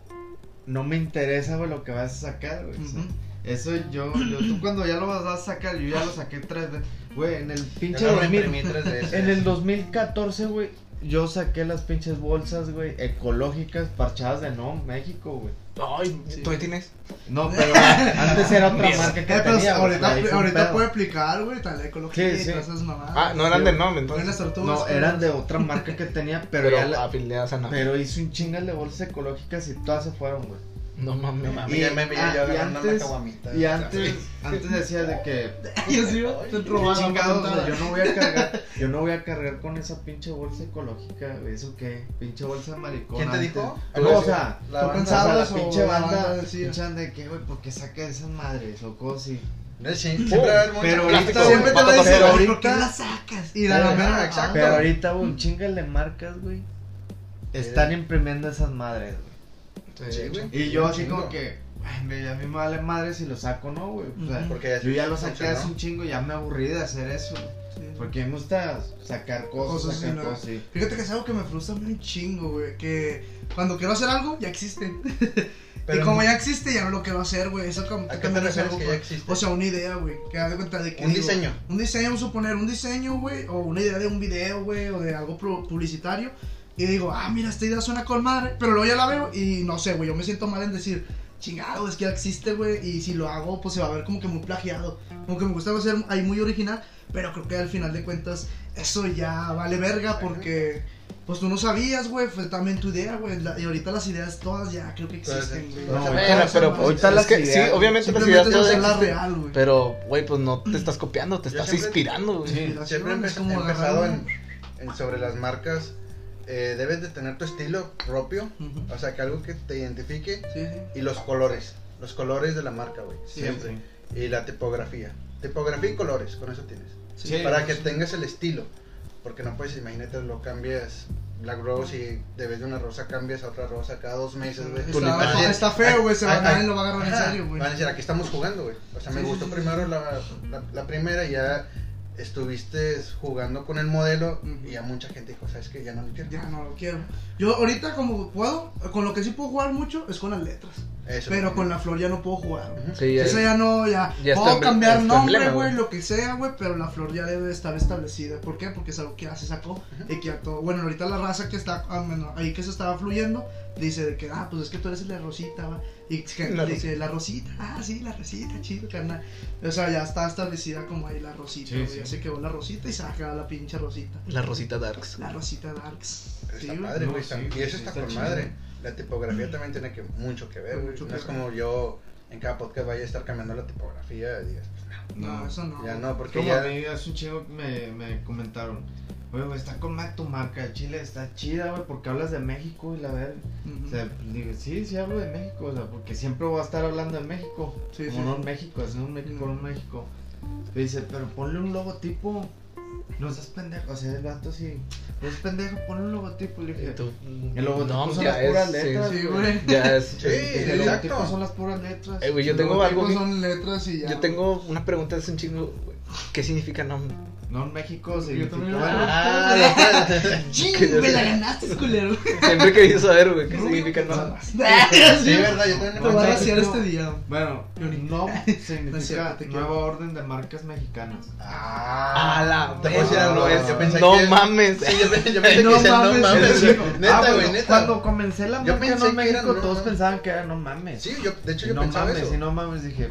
no me interesa, güey, lo que vayas a sacar, güey. O sea,
Ujú.
Eso yo, yo- tú cuando ya lo vas a sacar, yo ya lo saqué tres veces. Güey, en el pinche
Yo no
2000
imprimí tres de esos.
en el 2014, güey, yo saqué las pinches bolsas, güey, ecológicas parchadas de No México, güey.
Ay,
Sí.
¿tú ahí tienes?
No, pero antes era otra
Yes.
marca que
Eh, pero
tenía, güey,
ahorita,
pero ahí fue un
ahorita
pedo.
puede aplicar, güey, tal ecología
Sí, sí.
y todas esas mamadas.
Ah, no eran
Sí,
de
güey.
nombre, entonces.
Ponen las tortugas.
No,
güey.
eran de otra marca que tenía, pero,
Pero ah,
ya la,
afiliadas a nada.
pero hizo un chingas de bolsas ecológicas y todas se fueron, güey.
No mames.
No mames,
Y-
ya me veía yo
ah, y
agarrando una
antes-
caguamita.
Y antes, antes decía de que
Y así, güey, te robaron la
chingados, o sea,
patada.
yo no voy a cargar, yo no voy a cargar con esa pinche bolsa ecológica, güey, eso qué, pinche bolsa de maricón.
¿Quién te
antes.
dijo? Ah,
No, o sea,
La
¿Tú
banda-
o sea,
pensabas?
la pinche
o la
banda,
banda decía?
pinche banda de que, güey, ¿por qué saca esas madres o cosas así?
Eh, sí,
Oh,
siempre va a haber mucho
pero
plástico,
ahorita-
güey.
Siempre te lo
Pero
dicen, güey, ¿por
ahorita-
qué la sacas? Y
Pero-
la Mm.
ah,
mera,
exacto.
Pero ahorita, güey, un chingas de marcas, güey,
Eh.
están imprimiendo esas madres, güey.
Sí, güey.
Y yo
Un
así
chingo.
como que, ay, me- a mí me vale madre si lo saco, ¿no, güey? O sea,
Ujú.
Porque ya-
yo ya lo saqué
funcionó.
hace un chingo, ya me aburrí de hacer eso, güey. Porque me gusta sacar cosas,
Cosas,
sacar
sí, no.
cosas, sí.
Fíjate que es algo que me frustra un chingo, güey. Que cuando quiero hacer algo, ya existe.
Pero
y como ya existe, ya no lo quiero hacer, güey. Eso como
¿A qué te
también es
refieres
algo,
que ya
güey.
existe?
O sea, una idea, güey. Que haz de cuenta de que.
Un
digo,
diseño.
Un diseño, vamos a suponer, un diseño, güey. O una idea de un video, güey. O de algo pro- publicitario. Y digo, ah, mira, esta idea suena con madre. Pero luego ya la veo y no sé, güey. Yo me siento mal en decir, chingado, es que ya existe, güey. Y si lo hago, pues se va a ver como que muy plagiado. Como que me gusta hacer ahí muy original. Pero creo que al final de cuentas, eso ya vale verga porque. Pues tú no sabías, güey, fue también tu idea, güey. la- Y ahorita las ideas todas ya creo que
Todas
existen, güey.
existen.
No,
O sea,
güey,
todas
Bueno, pero
son-
pues,
Ahorita
es
las
que sí,
ideas-
obviamente las
Simplemente
ideas
es
ya
hacerla
existen,
real, güey.
Pero, güey, pues no te estás copiando, te
Yo
estás
siempre-
inspirando, güey.
Inspiración,
Siempre he
es
empe-
como
he empezado
agarrar
en, en sobre las marcas. eh, debes de tener tu estilo propio,
un- Ujú.
o sea, que algo que te identifique
Sí, sí.
y los colores, los colores de la marca, güey,
Sí,
siempre. Y la tipografía. Tipografía y colores, con eso tienes.
Sí,
Para que
sí.
tengas el estilo, porque no puedes, imagínate, lo cambias Black Rose y de vez de una rosa cambias a otra rosa cada dos meses, güey.
Tú ni
Está,
madre.
está feo, güey. Se
Ay,
va,
ay.
nadie lo va a agarrar en
Ajá,
serio, güey.
Van a decir, aquí estamos jugando, güey. O sea, me
Sí, sí,
gustó
sí,
primero La, la, la primera y ya estuviste jugando con el modelo
Ujú.
y ya mucha gente dijo, ¿sabes qué? Ya no lo quiero.
Ya no lo quiero. Yo ahorita como puedo, con lo que sí puedo jugar mucho es con las letras.
Eso.
Pero con la flor ya no puedo jugar. güey.
Ujú.
Sí, ya-
Eso ya no, ya.
Ya está
puedo
emble-
cambiar
está
nombre,
emblema,
güey,
güey.
lo que sea, güey, pero la flor ya debe de estar establecida. ¿Por qué? Porque es algo que ya se sacó y que ya todo. Bueno, ahorita la raza que está ah, bueno, ahí que se estaba fluyendo dice de que, ah, pues es que tú eres el de Rosita, va. Y que
La
dice, la Rosita, ah, sí, la Rosita, chido, carnal. O sea, ya está establecida como ahí la Rosita,
Sí,
güey.
sí.
Ya se quedó la Rosita y saca la pinche Rosita.
La Rosita Darks.
La Rosita Darks.
Pero
Sí,
está
güey.
padre,
No,
güey. está-
sí,
y
güey,
eso
sí,
está,
está
con
chido.
madre. La tipografía también tiene que mucho que ver, güey.
Mucho
No
que
es
ver.
como yo en cada podcast vaya a estar cambiando la tipografía y digas, pues no.
No, eso no.
Ya no, porque
Como
ya.
a mí hace un chingo que me, me comentaron, güey, güey, está con Mac tu marca de Chile, está chida, güey, porque hablas de México y la verga.
Ujú.
O sea, pues, digo, sí, sí hablo de México, o sea, porque siempre voy a estar hablando de México.
Sí,
como
sí.
no en México, es un México, no en México. Me dice, pero ponle un logotipo. No seas pendejo, o sea, el vato sí. No seas pendejo, ponle un logotipo. Le dije, el logotipo
No,
son
ya
las
es-
puras
sí,
letras.
sí,
güey.
güey.
Ya es.
Sí,
El
exacto.
logotipo son las puras letras.
Eh, güey, yo
Los
tengo algo
logotipos
bien-
son letras y ya.
Yo tengo una pregunta hace un chingo. güey. ¿Qué significa nombre?
No en México, significa-
también- ah,
bueno,
¡Ching!
Que yo
Me la
sé.
ganaste, culero.
Siempre he querido saber, güey, qué significa nombre.
Sí,
Te
verdad, yo también.
No,
voy a
ya-
desear este día.
Bueno, no
No es
significa
cierto, te quiero.
nueva orden de marcas mexicanas.
Ah,
Te
te
voy a decir algo,
güey,
yo pensé
no
que-
mames.
Sí, yo pensé, yo pensé
No
que decían,
mames,
no mames.
sí,
güey. Neta,
Ah,
güey,
bueno,
neta.
Cuando comencé la
Yo
marca
pensé
no en
que era
México,
no
todos
mames.
pensaban que era no mames.
Sí, yo, de hecho,
Y
yo
no
pensaba
mames,
eso.
y no mames, dije.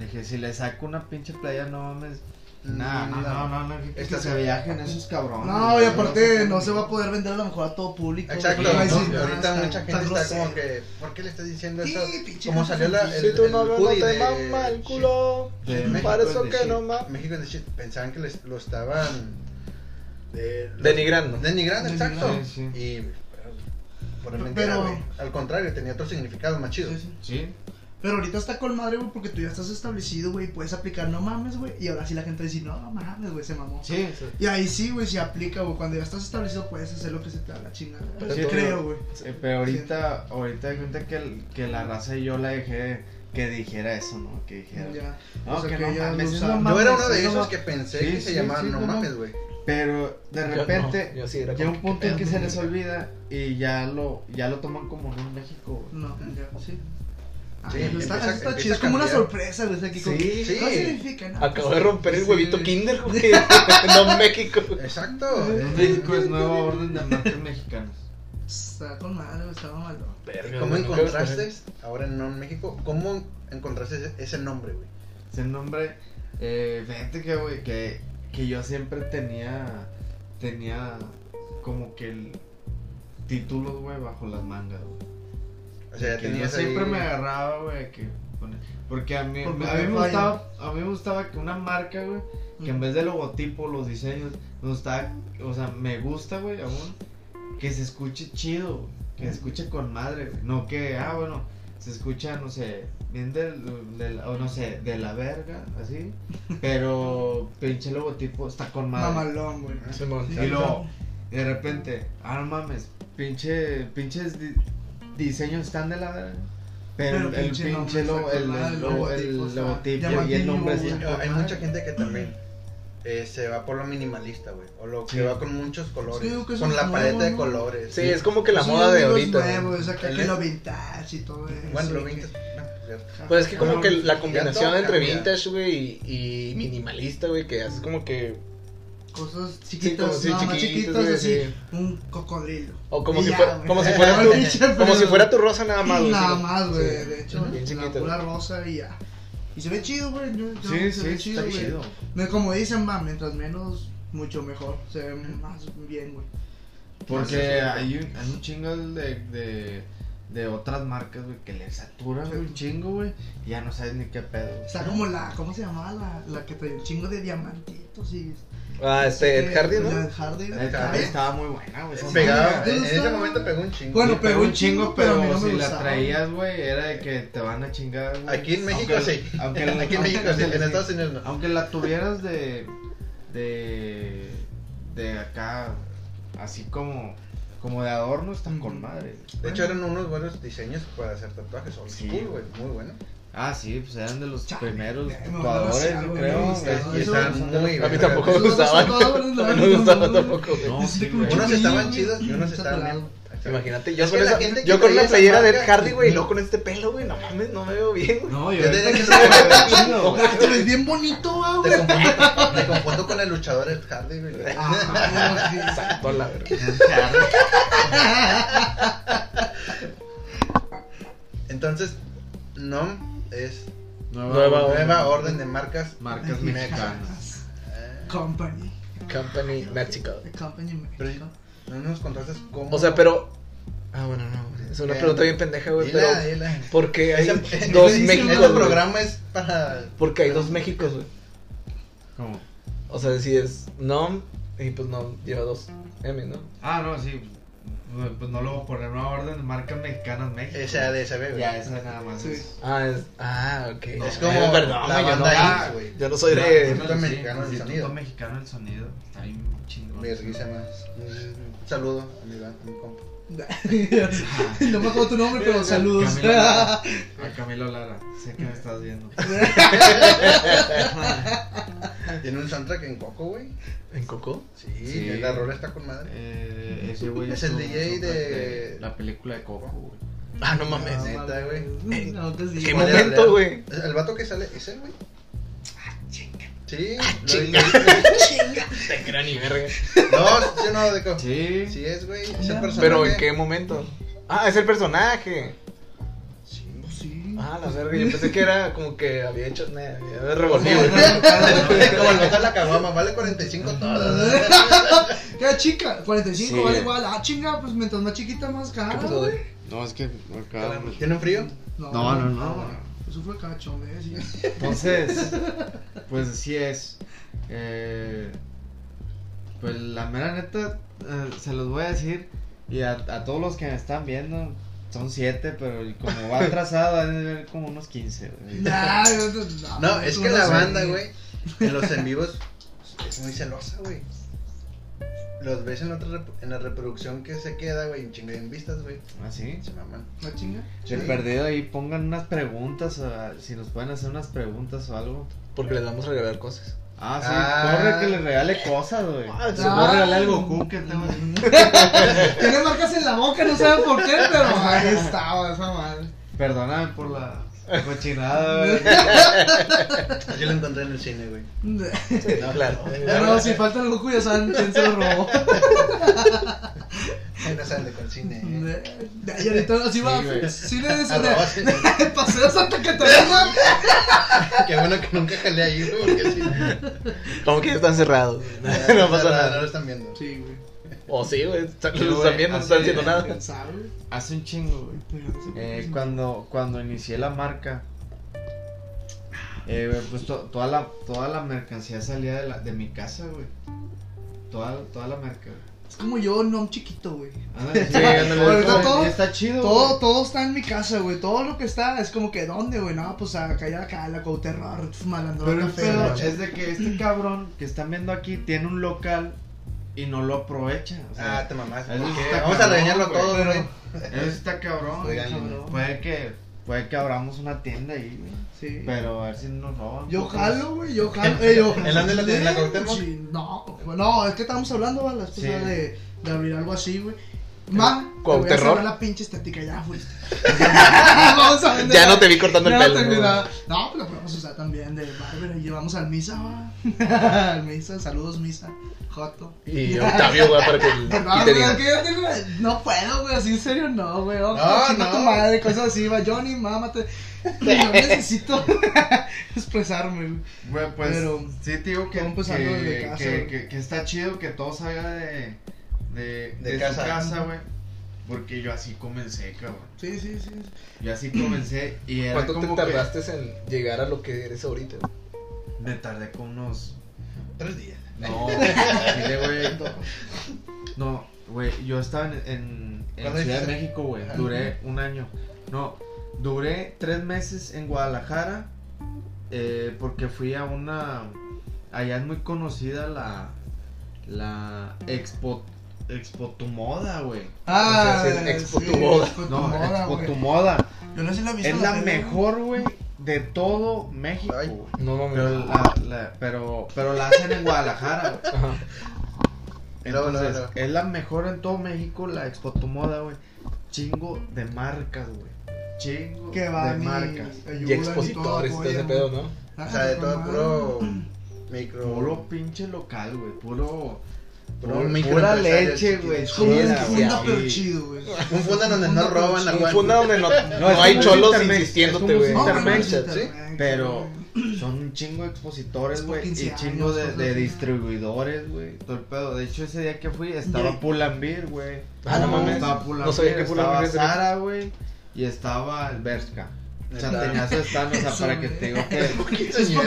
Dije, si le saco una pinche playa, no mames. Nah, no,
Nada.
no, no, no, que, que
Estás-
se viajen esos cabrones.
No, y aparte no se va a poder vender a lo mejor a todo público.
Exacto,
Sí,
güey. Va a
no,
decir,
y ahorita
"Ah,
mucha gente está
grosero".
como que, ¿por qué le estás diciendo
Sí,
eso?
pinche
Como salió la, el,
Si tú no
el
hablas, no
hoodie
te
de-
mama el culo.
De
México
Para
es
eso
de
que
shit.
no mames.
México es de shit. Pensaban que les, lo estaban de- lo-
Denigrando.
Denigrando, exacto.
Denigrando, sí, sí.
Y pero, por el mentira,
Pero-
güey. Al contrario, tenía otro significado más chido.
Sí, sí.
Sí.
Pero ahorita está con madre, güey, porque tú ya estás establecido, güey, puedes aplicar, no mames, güey. Y ahora sí la gente va a decir, no, no mames, güey, se mamó.
Sí, sí.
Y ahí sí, güey, se aplica, güey. Cuando ya estás establecido, puedes hacer lo que se te da la chingada.
Pero
Sí,
todo-
creo, güey.
Eh, pero ahorita, ahorita de cuenta que, el- que la raza yo la dejé que dijera eso, ¿no? Que dijera.
Ya.
No,
O sea,
que,
que
no
ya
mames,
lo
es
usaban.
no
Yo era
mames,
uno de
es no
esos
ma-
que pensé
Sí,
que se
sí,
llamaba
sí,
No
no
mames, güey.
Pero de
Yo no,
repente
yo sí era
llega
como
un punto
¿qué
en que
pedo?
se les olvida y ya lo, ya lo toman como en México. güey.
No, ya, sí. Ah,
Sí,
eso está,
empieza-
eso está
empieza
chido. Es
a
como una
cambiar.
sorpresa, güey. o sea, que como-
Sí,
Sí.
¿Qué significa? No,
Acabo
pues,
de romper el
sí.
huevito Kinder, güey. no México.
Exacto.
México es nueva orden de marcas mexicanas.
Está con madre, güey, está malo.
Verga,
¿Cómo
güey, nunca me
encontraste, ahora en No México, cómo encontraste ese- ese nombre, güey?
Ese nombre, eh, fíjate que, güey, que, que yo siempre tenía, tenía como que el títulos, güey, bajo las mangas, güey.
O sea, ya
Que
tenías
yo siempre
ahí-
me agarraba, güey, que pone- porque a mí,
Porque
a mí
te
me
falla.
gustaba, a mí me gustaba que una marca, güey, que en vez de logotipo, los diseños, me gustaba, o sea, me gusta, güey, aún que se escuche chido, güey, que se escuche con madre, güey, no que, ah, bueno, se escucha, no sé, bien del, del- o no sé, de la verga, así, pero pinche logotipo está con madre.
Mamalón, güey.
Se me
Sí,
Y
olvidó.
luego, de repente, ah, no mames, pinche, pinches di- diseños están de la verga. Pero,
Pero
el
pinche
pinche,
nombre
lo-
está
el,
con madre,
el-
logotipo,
el
o sea,
logotipo y
llamativo,
el nombre
güey.
así.
Yo- hay mucha gente que también eh, se va por lo minimalista, güey. O lo que
Sí.
va con muchos colores.
Sí, digo que eso
con
es
la
nuevo,
paleta de
¿no?
colores.
Sí, es como que la moda de ahorita. güey.
Nuevo, o sea, que,
El
que
es-
lo vintage y todo eso.
Bueno,
y
lo
que-
vintage. no, cierto.
Pues es que como
No,
que
pues,
la
ya
combinación
todo
entre
cambia.
vintage, güey, y, y minimalista, güey, que haces como que...
Cosas
como
chiquitas,
sí,
nada más
chiquitos,
chiquitos,
güey,
así.
sí.
Un cocodrilo.
O como,
Y
si,
ya,
fuera,
güey.
como, si, fuera
El
tu,
pinche
como si
pedo.
fuera tu rosa nada más, güey.
Nada
sí.
más, güey.
Sí.
De hecho,
Bien
la
chiquito.
pura rosa y ya. Y se ve chido, güey. yo- yo-
Sí,
se
sí,
ve
está
güey.
chido.
Me- Como dicen, va, mientras menos, mucho mejor. Se ve más bien, güey.
Porque
Sí, sí, sí.
hay un, hay un chingo de, de, de otras marcas, güey, que le saturan güey, un chingo, güey. Y ya no sabes ni qué pedo. güey.
Está como la, ¿cómo se llamaba? La, la que traía un chingo de diamantitos y...
Ah, este, Ed Hardy,
La
¿no?
Ed Hardy,
La de
güey.
Harley estaba muy buena, güey. esa
Pegaba,
marca,
en
güey.
ese momento pegó un chingo.
Bueno,
Sí, pegó un chingo, pero,
a mí no me
si la
gustaba.
traías, güey, era de que te van a chingar, güey.
Aquí en México
Aunque-
sí.
Aunque
Aquí en México, sí, en Estados Unidos no.
Aunque la tuvieras de. de. de acá. así como. como de adorno, están con
Ujú.
madre.
De hecho, eran unos buenos diseños para hacer tatuajes. Old
Sí.
school, güey. Muy bueno.
Ah, sí, pues eran de los
Chale,
primeros
me mandó
jugadores,
demasiado,
yo
güey,
creo.
me
güey.
gustaron.
Este,
Y
Y
Eso-
estaban-
estaban muy
A mí
verga,
tampoco me
güey.
Eso no
gustaban.
pasó todo, güey,
No
no,
me gustaban
no, no.
tampoco, güey.
No, sí, güey.
Unos
Sí,
estaban
güey.
chidos y unos
Sí,
estaban
pelado.
bien.
Imagínate,
Es
yo
que
con,
la
esa,
gente que
yo con
traía
una
esa
playera de
marca-
Ed Hardy, güey, y luego con este pelo, güey, no mames, no me veo bien, güey.
No, yo.
Yo tenía que
Chido, güey.
Te ves bien bonito, ah, güey.
Te confundo, te confundo con el luchador Ed Hardy, güey.
Ah, güey, sí.
Exacto, la verga.
Entonces, NOM es
Nueva
Nueva Orden de Marcas
Marcas mexicanas.
Ah,
Company.
Company Mexico.
The Company
Pero
Mexico.
no nos contaste cómo.
O sea, pero... Ah, bueno, no, güey, es una
Eh,
pregunta bien pendeja, güey,
Dila,
pero...
dila.
¿Por qué hay
Ese-
dos
ese-
Méxicos,
Este
güey?
programa es para.
Porque hay dos Méxicos, güey.
¿Cómo?
O sea, si es NOM y pues NOM lleva dos M, ¿no?
Ah, no, sí. Pues pues no lo voy a poner una orden de marcas mexicanas México.
Esa de esa, güey.
Ya, esa nada más.
Sí.
es.
Ah, es. Ah, ok.
Es
Eh,
como
perdón,
la
güey, yo no,
banda
ah,
Is, güey.
yo no soy
No,
de.
no,
Instituto
sí,
Mexicano del
Instituto
Sonido.
Mexicano del Sonido. Está bien chingón.
Verguísima. Un saludo a mi, a mi compa.
No me acuerdo tu nombre, pero saludos.
Camilo Lara. A Camilo Lara. Sé que me estás viendo.
Tiene un soundtrack en Coco, güey.
¿En Coco?
Sí,
Sí.
la rola está con madre.
Eh, ese güey
Es el
hizo
DJ
soundtrack
de-
La película de Coco, güey.
Ah, no mames.
No. neta, güey.
No, te
¿Qué
digo.
Igual era
momento,
real.
güey?
El vato que sale es él, güey. Sí, no,
chinga. Te creo ni verga.
no, yo no, de Coco. Sí.
Sí.
es, güey. Es el
No.
personaje.
Pero ¿en qué momento? Ah, es el personaje.
Sí, sí.
Ah, la verga. Yo pensé que era como que había hecho. nah, Había revolvido.
Como el vato de la caguama, vale 45 todas.
¿Qué chica? 45,
Sí.
vale igual. Ah, chinga, pues mientras más chiquita, más cara,
pasó,
güey.
No, es que acá.
¿Tiene un frío?
No,
No, no, no.
Eso fue cachón, güey. sí.
Entonces, pues así es. Eh, pues la mera neta, eh, se los voy a decir. Y a, a todos los que me están viendo, Son siete, pero el- como va atrasado, han de ver como unos 15. güey.
Nah, yo no,
No, es
Ah, tú
que la
sabes.
banda, güey, en los en vivos es muy celosa, güey. Los ves en la, otra rep- en la reproducción que se queda, güey, en chinga en vistas, güey.
¿Ah, sí?
Se maman.
¿No chinga?
De perdido ahí pongan unas preguntas, o- ah, si nos pueden hacer unas preguntas o algo.
Porque les vamos a regalar cosas.
Ah, sí,
Ah.
corre que le regale cosas, güey.
Ah,
Se
no.
puede regalar el Goku que tengo.
Tiene marcas en la boca, no sabe por qué, pero ahí estaba esa madre.
Perdóname por la cochinada, güey.
Yo lo encontré en el cine, güey.
No, claro.
Pero si falta el Goku, ya saben quién se lo robó.
Ay, No sale con el cine. eh.
Y ahorita así va.
Sí, güey.
Sí, le
Ah,
dicen
no,
de
sí.
de Paseo Santa Catarina.
Qué bueno que nunca jalé ahí, güey, porque sí.
Como que ya están cerrados. No, no pasa
No lo
nada.
están viendo.
Sí, güey.
O sí, güey. están-
Sí, güey,
También no
así
están
es.
haciendo nada.
¿Sabe?
Hace un chingo, güey. Eh, cuando, cuando inicié la marca, eh, güey, pues to- toda, la, toda la mercancía salía de, la, de mi casa, güey. Toda, toda la merca. güey.
Es como yo, no chiquito, güey.
Ándale, sí,
Sí,
ándale,
ahorita
güey,
todo-
y está chido.
Todo,
güey.
todo está en mi casa, güey. Todo lo que está es como que, ¿dónde, güey? No, pues acá, ya acá, la Cauterror,
Pero
malandro,
el
café.
pedo
¿no?
es de que este cabrón que están viendo aquí tiene un local y no lo aprovecha. o sea,
Ah, te mamaste.
Eso
¿por qué?
está
Vamos a
cabrón,
regañarlo a
güey.
todos, güey.
eso está cabrón. güey.
Oigan,
Puede que, puede que abramos una tienda ahí, güey.
Sí.
Pero a ver si nos roban.
Yo
porque-
jalo, güey, yo jalo. Eh, yo,
¿En dónde la tiene la
Sí,
Cuauhtémoc?
sí, No, güey, no, es que estábamos hablando, güey, la esposa
Sí.
de, de abrir algo así, güey. Ma, te voy a
Cuauhterror.
cerrar la pinche estética, ya fuiste. Vamos a vender
Ya
la-
no te vi cortando el
ya no te
pelo.
vi
güey.
nada. No, pero podemos usar también de Barber y llevamos al Misa, va. al Misa, saludos Misa, Joto.
Y Octavio, güey, para que
No,
el
güey,
diga.
es que yo tengo- no puedo, güey, así en serio no, güey. Oh,
No,
chinga
no.
tu madre, cosas así, va. Johnny, mámate. Yo necesito expresarme, güey.
Güey, pues
Pero-
sí te digo que,
¿Cómo
que,
empezarlo desde casa,
que,
güey?
que- que está chido que todo salga de, de,
De
de
casa.
su casa, güey. Porque yo así comencé, cabrón.
Sí, sí, sí.
Yo así comencé y era
¿Cuánto te
como que
tardaste en llegar a lo que eres ahorita? güey?
me tardé con unos...
Tres días.
No, dile, güey. No, güey, yo estaba en, en, en
¿Cuándo
Ciudad de
dijiste?
México, güey.
Ajá.
Duré un año. No, duré tres meses en Guadalajara eh, porque fui a una... Allá es muy conocida la... La Expo... Expo tu moda, güey.
Ah,
O sea, es Expo
sí,
tu boda.
Expo tu
No,
boda,
Expo
güey.
tu moda.
Yo no sé si la he visto
Es
en
la
tele,
mejor, güey, de todo México.
Ay.
güey.
No
Pero
mames.
la, la- pero, pero la hacen en Guadalajara, güey.
Ajá.
Luego, luego,
Entonces,
luego.
es la mejor en todo México la Expo Tu Moda, güey. Chingo de marcas, güey. Chingo
güey, Que va
de marcas.
Y expositores, todo ese pedo, ¿no?
Ah,
O sea, de todo puro micro.
Puro pinche local, güey. Puro.
Puro
puro-
micro
pura
empresario
leche, güey.
chiquito.
Como un
chida, güey,
funda,
sí.
pero chido, güey.
Un funda donde no roban la
Un
guardia.
funda Pues donde no, no
es como
hay
un
cholos
Intermex,
insistiéndote,
es como
güey.
un
No,
Intermex,
güey,
Intermex, ¿sí?
Intermex,
Pero-
güey.
Son un chingo de expositores,
Expo
güey. Y
15
chingo
años,
de,
cosas
de
así.
distribuidores, güey. Todo el pedo. De hecho, ese día que fui estaba
Ya.
Pulambir, güey.
Ah, no mames.
Estaba
No
Pull&Bear,
sabía que Pull&Bear
Estaba
era de-
Sara, güey. Y estaba el Berska. O sea,
Neta.
tenías están, o sea,
Eso,
para que
güey.
te digo que.
Es por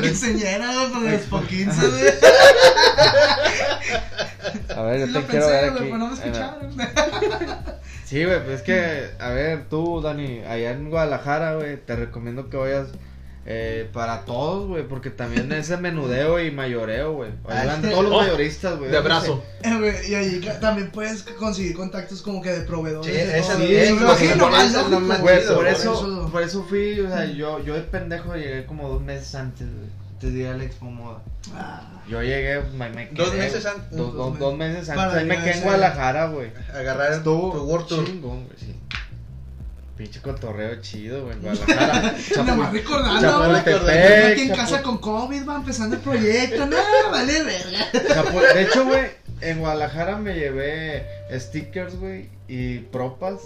quinceañera, güey, pero es por quince, güey.
A ver,
Sí lo pensé, güey, pero no me escucharon.
Sí, güey, pues es que, a ver, tú, Dani, allá en Guadalajara, güey, te recomiendo que vayas eh, para todos, güey, porque también ese menudeo y mayoreo, güey. Hablan todos los
Oh,
mayoristas, güey.
De abrazo.
Eh, güey, Y ahí ca- también puedes conseguir contactos como que de proveedores.
Sí,
de
esa-
todo.
sí,
Eso
güey,
es
sí,
lo más
esa es la
lógico,
más
güey.
Güey, por
por
eso, por eso fui, o sea, yo, yo de pendejo llegué como dos meses antes, güey, antes de ir a la Expo Moda.
Ah,
Yo llegué, me, me quedé,
Dos meses
güey,
antes.
Dos, dos- dos meses
Para
antes, ahí me
llegar a
quedé en
ese-
Guadalajara, güey.
Agarrar
Estuvo
tu World Tour.
chingón, güey, sí. Pinche cotorreo chido, güey, en Guadalajara.
Nomás
Chapu-
recordando, güey. Yo
Chapultepec.
aquí en
Chapu-
casa con COVID, va empezando el proyecto, no, vale verga.
Chapu- De hecho, güey, en Guadalajara me llevé stickers, güey, y propas.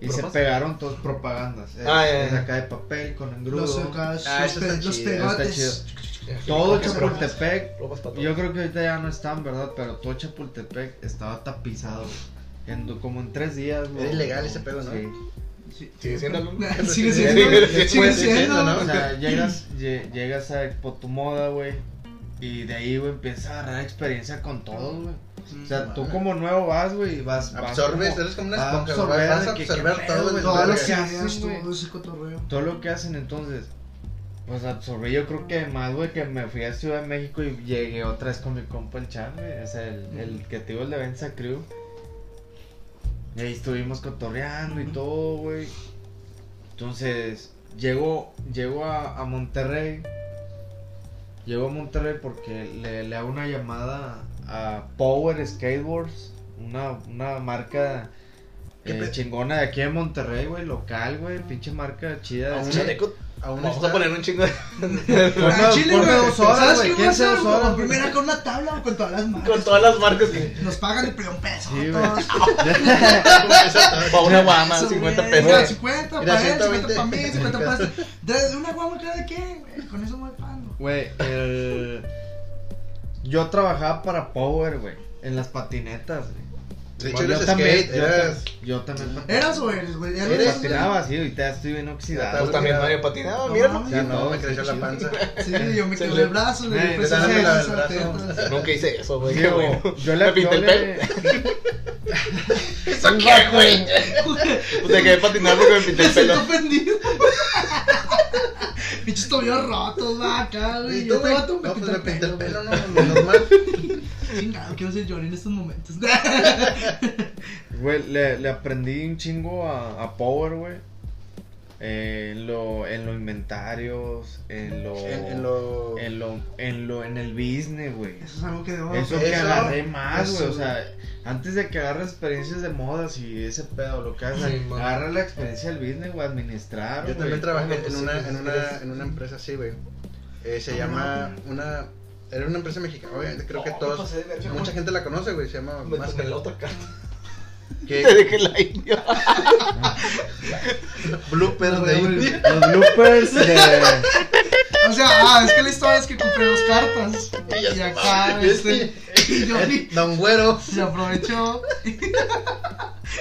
Y
¿Propas?
se pegaron todas propagandas. eh,
Ah, ya,
de
ya.
acá de papel, con engrudo.
Los, acá,
Ah,
los,
eso
pe-
está
los
chido,
está
pegotes.
todo
Propas,
Chapultepec.
Robas pa' todo.
Yo creo que ahorita ya no están, ¿verdad? Pero todo Chapultepec estaba tapizado, güey. En, du- como en tres días, güey.
Era ilegal ese pedo, ¿no?
Sí.
Sigue siendo algo. Sigue
Sigue siendo. Sigue
siendo,
siendo.
¿no?
O sea, llegas, lle- llegas a Expo Tu Moda, güey. Y de ahí, güey, empiezas a agarrar experiencia con todos, güey. O sea, tú como nuevo vas, güey, y vas. vas
Absorbes,
como-
eres como una
vas a
esponja, güey,
absorber
vas a
de que-
absorber
qué
todo
pedo,
el
güey,
Todas
lo
las
que
ideas,
hacen, güey.
todo ese cotorreo.
Todo lo que hacen entonces. Pues absorbí yo creo que más, güey, que me fui a Ciudad de México y llegué otra vez con mi compa el Chan, güey. O sea, el, el que te digo, el de Benza Crew. Y ahí estuvimos cotorreando y
Ujú.
todo, güey. Entonces, llego, llego a, a Monterrey. Llego a Monterrey porque le, le hago una llamada a Power Skateboards, una, una marca
¿Qué
eh,
pe-
chingona de aquí de Monterrey, güey, local, güey, pinche marca chida.
A
Ah,
de
Sí.
un
skate.
chaleco.
Aún
Vamos a
está-
poner un chingo de.
Ponme-
Ah, Chile,
ponme
güey.
dos horas,
¿Sabes
güey,
qué voy a
quince,
hacer?
dos horas,
La
güey.
primera con una tabla o con todas las manos.
Con todas las marcas que.
Nos pagan el pedo un peso.
Sí,
todos.
güey.
Para una guama,
Eso,
50
güey.
Ah, pesos.
Mira, 50
Mira,
para él,
120.
50 para mí, 50 para este. ¿De una guama cada quien? güey. Con eso voy pagando.
Güey, el... Yo trabajaba para Power, güey, en las patinetas, güey.
De hecho,
Bueno,
eres
yo también,
skate,
yo,
eras.
yo también patinaba.
¿Eras o eres, güey?
Yo
eres-
patinaba, sí, ahorita estoy bien oxidado.
Pues
güey.
también Mario patinaba,
No
mira.
mames.
Ya no, me
Sí,
creció
sí,
la
sí.
panza.
Sí, yo me
Se
quedé
le-
el brazo,
Eh,
le
te
empecé
dan
a
el
hacer
brazo.
tetas.
Nunca hice eso, güey.
Sí,
Qué
yo-
bueno.
Yo le
Me pinté el
yo le-
pelo. ¿Eso qué, güey? Pues dejé de patinar porque me pinté
Me
el pelo.
siento ofendido. Pinches tobillos rotos, va, acá, güey.
¿Y
Yo
tú,
te
güey?
vato
No, pues me pinté el pelo,
güey.
no, normal.
Chingado, quiero ser Johnny en estos momentos.
Güey, le, le aprendí un chingo a, a Power, güey. Eh, en lo, en los inventarios, en lo,
En, en lo.
en lo, en lo- en el business, güey.
Eso es algo que debo.
Eso
Ah, eso,
que agarré más,
eso,
güey. O sea, antes de que agarres experiencias de modas y ese pedo, lo que haces,
Sí, man.
agarra la experiencia del business, güey, administrar.
Yo
güey.
también trabajé
Bueno,
en
pues sí,
una,
pues
en una,
eres-
en una empresa así, güey. Eh, se
Ah,
llama
ok.
una. Era una empresa mexicana, obviamente, creo que
No, me
todos.
pasé de verga,
Mucha gente la conoce, güey. Se llama
güey. Me tomé
Master.
la otra cara. Te
Que
dejé la india.
bloopers de India.
Los bloopers de.
O sea, ah, es que la historia es que compré dos cartas. Y acá, este. Y Johnny
Don Güero.
se aprovechó.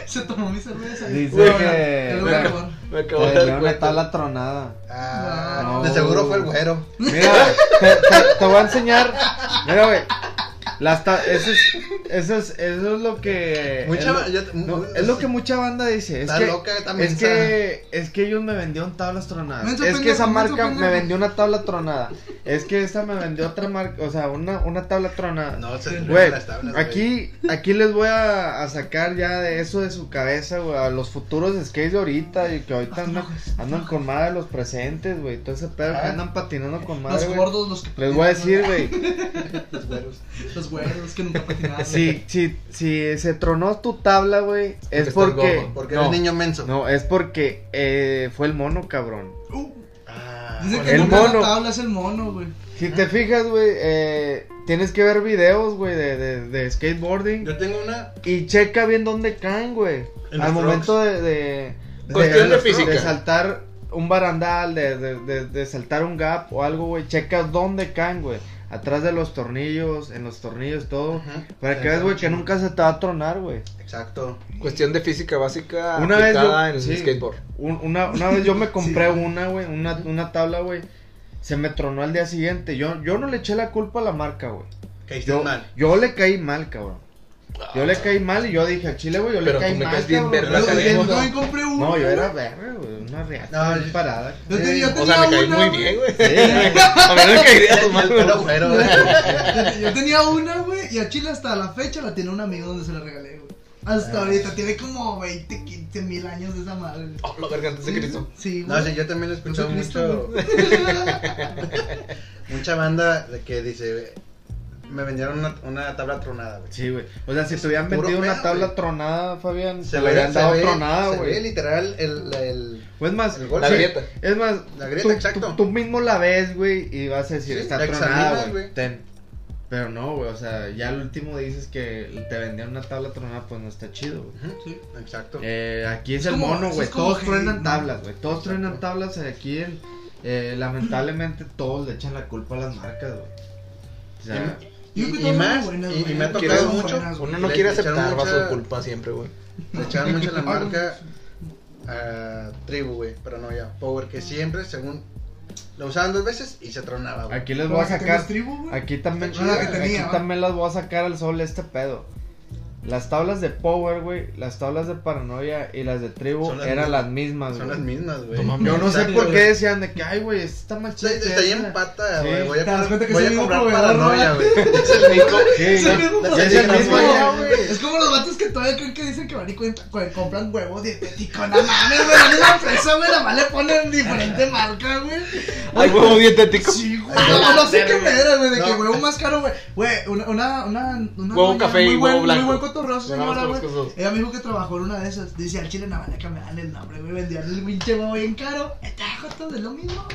Se tomó mi cerveza.
Dice
Bueno,
que-
el
bueno.
huevo.
Me acabo de
de
dar
León está
cuenta.
la tronada.
Ah,
No.
De seguro fue el güero.
Mira, te, te- te voy a enseñar. Mira, güey. Las ta- eso, es, eso, es, eso es lo que.
Mucha-
es lo-
yo-
no, es lo que mucha banda dice. Es
Está
que,
loca, está
es
mensa.
que es que ellos me vendieron tablas tronadas.
Menso
es que
pendejo,
esa
menso
marca me
pendejo.
vendió una tabla tronada. Es que esta me vendió otra marca, o sea, una, una tabla tronada.
No, se
Güey,
las tablas, güey.
aquí, aquí les voy a, a sacar ya de eso de su cabeza, güey, a los futuros skates de ahorita y que ahorita andan, andan con madre los presentes, güey, todo ese pedo que
Ah.
andan patinando con
Los
madre, güey.
gordos, los que.
Les voy a decir, güey,
Los güeros.
Los güeros que nunca patinaron.
si, si, si se tronó tu tabla, güey, es
estás
porque...
gordo,
Porque
no,
eres niño menso.
no, es porque eh, fue el mono, cabrón.
Uh,
Ah,
Dicen que
El
el mono.
mono.
La tabla es el mono, güey.
Si te fijas, güey, eh, tienes que ver videos, güey, de, de, de skateboarding.
Yo tengo una.
Y checa bien dónde caen, güey.
En los
Al momento de, de,
Cuestión de física.
de saltar un barandal, de, de, de- de saltar un gap o algo, güey. Checa dónde caen, güey. Atrás de los tornillos, en los tornillos, todo.
Ajá.
Para que veas, güey, que nunca se te va a tronar, güey.
Exacto.
Cuestión de física básica
Una vez
aplicada
yo-
en el
sí.
skateboard.
Un- una, una vez yo me compré una, güey, una, una tabla, güey. Se me tronó al día siguiente. Yo, yo no le eché la culpa a la marca, güey.
Caíste
Yo,
mal.
yo le caí mal, cabrón. Yo le caí mal y yo dije, al chile, güey, yo
Ah. Pero
le caí
tú me
mal.
caes bien
cabrón".
verga,
Yo,
Yo-
cabrón.
yo-
yo
no.
también compré uno.
No, yo era verga, güey, una reata
No,
bien
yo-
parada.
Yo, te- yo
Sí.
O
tenía
sea, me caí
una,
muy
güey.
bien, güey.
Sí,
A mí no me caería tu
El
mano.
pelo güero. güey.
Yo tenía una, güey, y a Chile hasta la fecha la tiene un amigo donde se la regalé, güey. Hasta
Ah.
ahorita, tiene como 20, 15 mil años de esa madre. güey.
Oh, la verga, antes de Cristo.
Sí, güey.
No, sí, yo también he
Pues
escuchado
No sé,
mucho,
Cristo,
mucha banda de que dice, me vendieron una, una tabla tronada, güey.
Sí, güey. O sea, si te hubieran
Puro
vendido una
pedo,
tabla
güey.
tronada, Fabián,
Se
te la hubieran
ve, se
dado
ve-
tronada,
se ve
güey.
literal el, la- el-
O es más,
el golpe.
La
sí,
grieta.
es más,
La grieta,
tú,
exacto.
tú- tú mismo la ves, güey, y vas a decir,
Sí,
está
la
tronada,
examinas,
güey.
güey.
Ten. Pero no, güey, o sea, ya al último dices que te vendieron una tabla tronada, pues no está chido, güey.
Ujú,
Sí.
Exacto.
Eh, aquí es,
Es
el
como-
mono,
eso
güey.
es como
Todos
hate,
truenan
¿no?
tablas, güey. Todos
Exacto.
truenan tablas. Aquí, en- eh, lamentablemente, todos le echan la culpa a las marcas, güey. O sea,
Yo creo que
Y- y
todas
más,
son buenas,
y-
güey.
y me ha
Todas
tocado
son
mucho.
buenas, güey.
Uno no
Le-
quiere
le echaron
aceptar bajo
mucha-
culpa siempre, güey.
Le echaban mucho la marca a Tribu, güey, pero no ya. Power, que siempre, según, la usaban dos veces y se tronaba, güey.
aquí les
Como
voy a
que te
sacar.
los tribu, güey.
Aquí también,
Está chida
aquí
la que tenía, ¿va?
también las voy a sacar al sol este pedo. Las tablas de Power, güey, las tablas de Paranoia y las de Tribu
Son las
eran
mismas.
las mismas,
Son
güey.
las mismas, güey.
No mames.
Yo no sé
Exacto,
por qué
güey.
decían de que, ay, güey, está más
Está
chido.
está ahí en pata,
Sí.
güey. Voy a,
Te das cuenta que
voy
es
a
el mismo
comprar
proveedor,
paranoia,
¿no?
güey.
Es el mismo.
Sí,
Es el mismo
ya- ya
proveedor,
es el mismo,
güey.
ya, güey.
Es como los vatos que todavía creen que dicen que van y cuentan- cu- compran huevo dietético. No mames, güey. La misma empresa, güey. La más le ponen diferente marca, güey.
Hay huevo dietético.
Sí, güey.
Ay,
No, no sé qué
verga.
pedera, güey. De que
No.
huevo más caro, güey. Güey, una, una, una, una
Huevo
doña
café y
muy
huevo
buen-
blanco.
Muy buen cotorreo, esa
Ya nada más
señora, güey.
conozco esos dos.
Ella me dijo que trabajó en una de esas. Dice al chile Navana que me dan el nombre, güey. Vendían el pinche huevo bien caro. Está todo de lo mismo.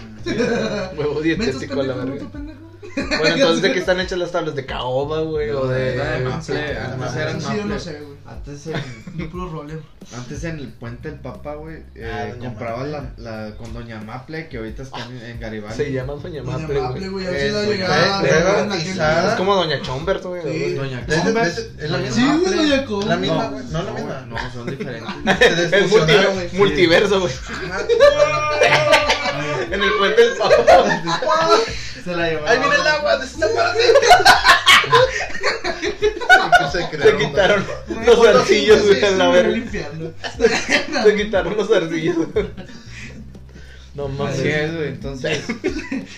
Huevo
Mentos
dietético a la
pendejo,
verga.
mentos pendejo.
Bueno, entonces, ¿de qué están hechas las tablas? ¿De caoba, güey?
No,
¿O de.?
de- de
sí,
maple,
ah,
además
mames.
eran
Sí, yo no
maple.
sé, güey.
Antes en,
Yo puro roleo.
antes en el puente del Papa, güey,
Ah,
eh,
Doña
comprabas la,
Maple.
la, con Doña Maple, que ahorita está en, en Garibaldi.
Se llama Doña
Doña
Maple,
Maple,
güey.
güey. A ver si la
Eh,
llegaba.
güey,
güey,
güey,
en aquel-
pisada.
Es como Doña Chombert, güey.
Sí.
Doña
Es-
Conver.
es- es la misma.
Sí, güey,
Maple.
doña Cobo.
La misma,
No,
güey. No, la
güey,
misma.
No, son diferentes.
Se
Es multi-
desfusionaron, güey.
multiverso, güey. En el puente del Papa.
Ah,
Se la llevaron.
Ahí viene el agua, desaparece. Se
Se
crearon,
quitaron
Güey,
los
fotos
arcillos,
simples,
güey, en la
güey,
verga.
limpiando.
Se quitaron los arcillos. No
Así
mames.
es, güey, entonces.